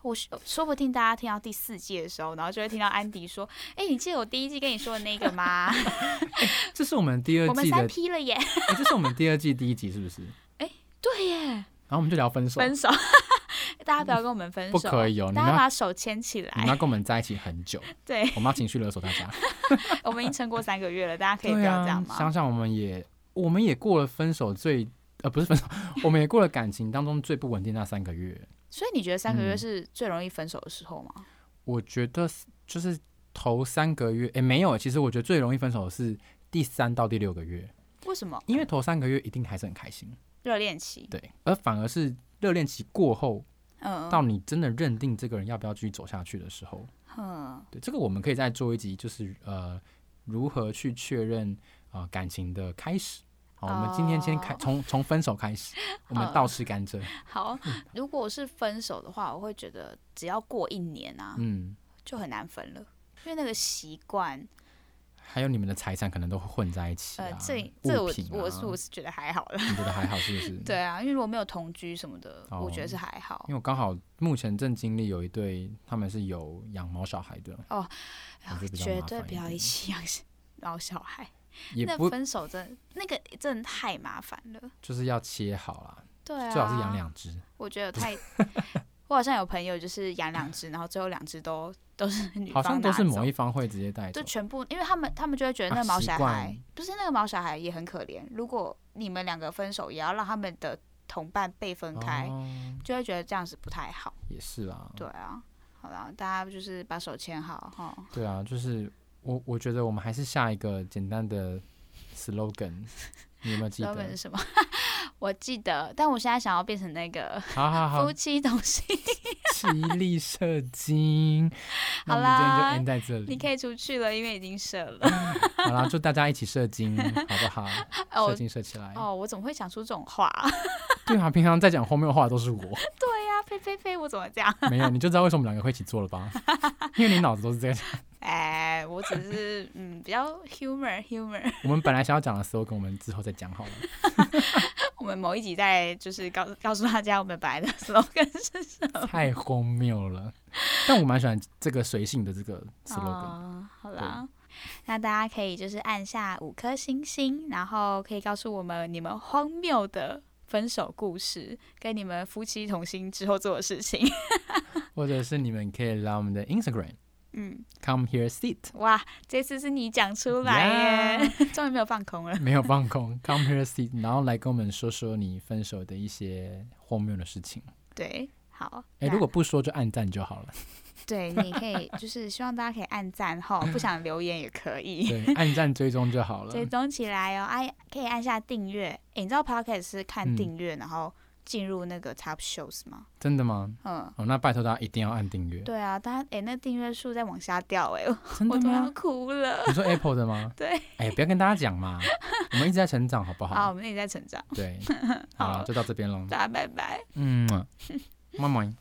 [SPEAKER 1] 我说不定大家听到第四季的时候，然后就会听到安迪说：“哎、你记得我第一季跟你说的那个 吗？
[SPEAKER 2] 这是我们第二
[SPEAKER 1] 我们
[SPEAKER 2] 季的，
[SPEAKER 1] 三 P 了 耶
[SPEAKER 2] 哎、这是我们第二季第一集是不是？！”
[SPEAKER 1] 对耶，
[SPEAKER 2] 然后我们就聊分手，
[SPEAKER 1] 分手。 大家不要跟我们分手，
[SPEAKER 2] 不可以哦你
[SPEAKER 1] 大
[SPEAKER 2] 们
[SPEAKER 1] 家
[SPEAKER 2] 要
[SPEAKER 1] 把手牵起
[SPEAKER 2] 你们要
[SPEAKER 1] 来。
[SPEAKER 2] 跟我们在一起很久，
[SPEAKER 1] 对，
[SPEAKER 2] 我们要情绪勒索大家。
[SPEAKER 1] 我们已经撑过三个月了， 大家可以不
[SPEAKER 2] 对
[SPEAKER 1] 要
[SPEAKER 2] 啊，
[SPEAKER 1] 这样
[SPEAKER 2] 想
[SPEAKER 1] 吗？
[SPEAKER 2] 想我们也，我们也过了分手最，呃，不是分手，我们也过了感情当中最不稳定那三个月。
[SPEAKER 1] 所以你觉得三个月
[SPEAKER 2] 嗯
[SPEAKER 1] 是最容易分手的时候吗？
[SPEAKER 2] 我觉得是就是头三个月，诶，没有，其实我觉得最容易分手的是第三到第六个月，
[SPEAKER 1] 为什么？
[SPEAKER 2] 因为头三个月一定还是很开心，
[SPEAKER 1] 热恋期，
[SPEAKER 2] 对，而反而是热恋期过后，
[SPEAKER 1] 嗯
[SPEAKER 2] 到你真的认定这个人要不要继续走下去的时候，
[SPEAKER 1] 嗯，
[SPEAKER 2] 对，这个我们可以再做一集，就是呃，如何去确认啊、呃感情的开始。好，我们今天先开
[SPEAKER 1] 哦
[SPEAKER 2] 从从分手开始，我们
[SPEAKER 1] 好
[SPEAKER 2] 倒吃甘蔗。
[SPEAKER 1] 好。如果是分手的话，我会觉得只要过一年啊，
[SPEAKER 2] 嗯，
[SPEAKER 1] 就很难分了，因为那个习惯，
[SPEAKER 2] 还有你们的财产可能都会混在一起啊。
[SPEAKER 1] 呃，这这
[SPEAKER 2] 物
[SPEAKER 1] 我
[SPEAKER 2] 品啊
[SPEAKER 1] 我是我是觉得还好了。
[SPEAKER 2] 你觉得还好是不是？
[SPEAKER 1] 对啊，因为如果没有同居什么的，我觉得
[SPEAKER 2] 哦
[SPEAKER 1] 是还好
[SPEAKER 2] 因。为我刚好目前正经历有一对，他们是有养毛小孩的，
[SPEAKER 1] 啊
[SPEAKER 2] 我觉得比较
[SPEAKER 1] 绝
[SPEAKER 2] 麻
[SPEAKER 1] 对
[SPEAKER 2] 烦
[SPEAKER 1] 不
[SPEAKER 2] 一
[SPEAKER 1] 要一
[SPEAKER 2] 点
[SPEAKER 1] 起养老小孩，
[SPEAKER 2] 也
[SPEAKER 1] 那
[SPEAKER 2] 不
[SPEAKER 1] 分手真的那个真的太麻烦了。
[SPEAKER 2] 就是要切好啦，
[SPEAKER 1] 对啊，
[SPEAKER 2] 最好是养。两只。
[SPEAKER 1] 我觉得太，我好像有朋友就是养两只，然后最后两只都都是 女
[SPEAKER 2] 好
[SPEAKER 1] 方
[SPEAKER 2] 像都
[SPEAKER 1] 拿
[SPEAKER 2] 是
[SPEAKER 1] 走
[SPEAKER 2] 某一方会直接带走
[SPEAKER 1] 就，全部，因为他们他们就会觉得那
[SPEAKER 2] 啊
[SPEAKER 1] 个毛
[SPEAKER 2] 习
[SPEAKER 1] 小
[SPEAKER 2] 惯
[SPEAKER 1] 孩、不是那个毛小孩也很可怜。如果你们两个分手，也要让他们的同伴被分开，
[SPEAKER 2] 哦
[SPEAKER 1] 就会觉得这样子不太好。
[SPEAKER 2] 也是啦。
[SPEAKER 1] 对啊，好啦，大家就是把手牵好哈。
[SPEAKER 2] 对啊，就是我我觉得我们还是下一个简单的 slogan，你有没有记
[SPEAKER 1] 知道本是
[SPEAKER 2] 得？
[SPEAKER 1] 什么？ 我记得，但我现在想要变成那个
[SPEAKER 2] 好好好
[SPEAKER 1] 夫，妻同心，
[SPEAKER 2] 吉利射精。那我们
[SPEAKER 1] 好
[SPEAKER 2] 今
[SPEAKER 1] 啦
[SPEAKER 2] 天就 end 在这
[SPEAKER 1] 你
[SPEAKER 2] 里。
[SPEAKER 1] 可以出去了，因为已经射了。
[SPEAKER 2] 好啦，祝大家一起射精，好不好？射
[SPEAKER 1] 哦
[SPEAKER 2] 精射起来。
[SPEAKER 1] 哦，我怎么会讲出这种话？
[SPEAKER 2] 对啊，平常在讲荒谬话的都是 我。
[SPEAKER 1] 对呀、呸呸呸，我怎么这样？
[SPEAKER 2] 没有，你就知道为什么我们两个会一起做了 吧？因为你脑子都是这个。
[SPEAKER 1] 哎，我只是嗯比较 humor humor。
[SPEAKER 2] 我们本来想要讲的时候，跟我们之后再讲好了。
[SPEAKER 1] 我们某一集再就是告告诉大家我们本来的 slogan 是什么。
[SPEAKER 2] 太荒谬了，但我蛮喜欢这个随性的这个 slogan。
[SPEAKER 1] 哦，好啦，那大家可以就是按下五颗星星，然后可以告诉我们你们荒谬的分手故事，跟你们夫妻同心之后做的事情。
[SPEAKER 2] 或者是你们可以来我们的 Instagram
[SPEAKER 1] 嗯，
[SPEAKER 2] come here sit，
[SPEAKER 1] 哇，这次是你讲出来耶终于没有放空了。
[SPEAKER 2] 没有 放空 come here sit，然后来跟我们说说你分手的一些荒谬的事情。
[SPEAKER 1] 对，好，
[SPEAKER 2] 哎、
[SPEAKER 1] 那
[SPEAKER 2] 如果不说就按赞就好了，
[SPEAKER 1] 对，你可以就是希望大家可以按赞哈，不想留言也可以。
[SPEAKER 2] 对，按赞追踪就好了。
[SPEAKER 1] 追踪起来哦，哎、可以按下订阅。诶你知道 Podcast 是看
[SPEAKER 2] 嗯
[SPEAKER 1] 订阅、然后进入那个 Top Shows 吗？
[SPEAKER 2] 真的吗？
[SPEAKER 1] 嗯，
[SPEAKER 2] 哦，那拜托大家一定要按订阅。
[SPEAKER 1] 对啊，但诶，那订阅数在往下掉、诶，
[SPEAKER 2] 真
[SPEAKER 1] 我
[SPEAKER 2] 的
[SPEAKER 1] 都要
[SPEAKER 2] 吗？
[SPEAKER 1] 哭了。
[SPEAKER 2] 你说 Apple 的吗？
[SPEAKER 1] 对。
[SPEAKER 2] 哎、不要跟大家 讲嘛，我们一直在成长， 好不
[SPEAKER 1] 好，
[SPEAKER 2] 好？
[SPEAKER 1] 我们一直在成长，
[SPEAKER 2] 对，好了，就到这边喽。
[SPEAKER 1] 大家拜拜。
[SPEAKER 2] 嗯，么么。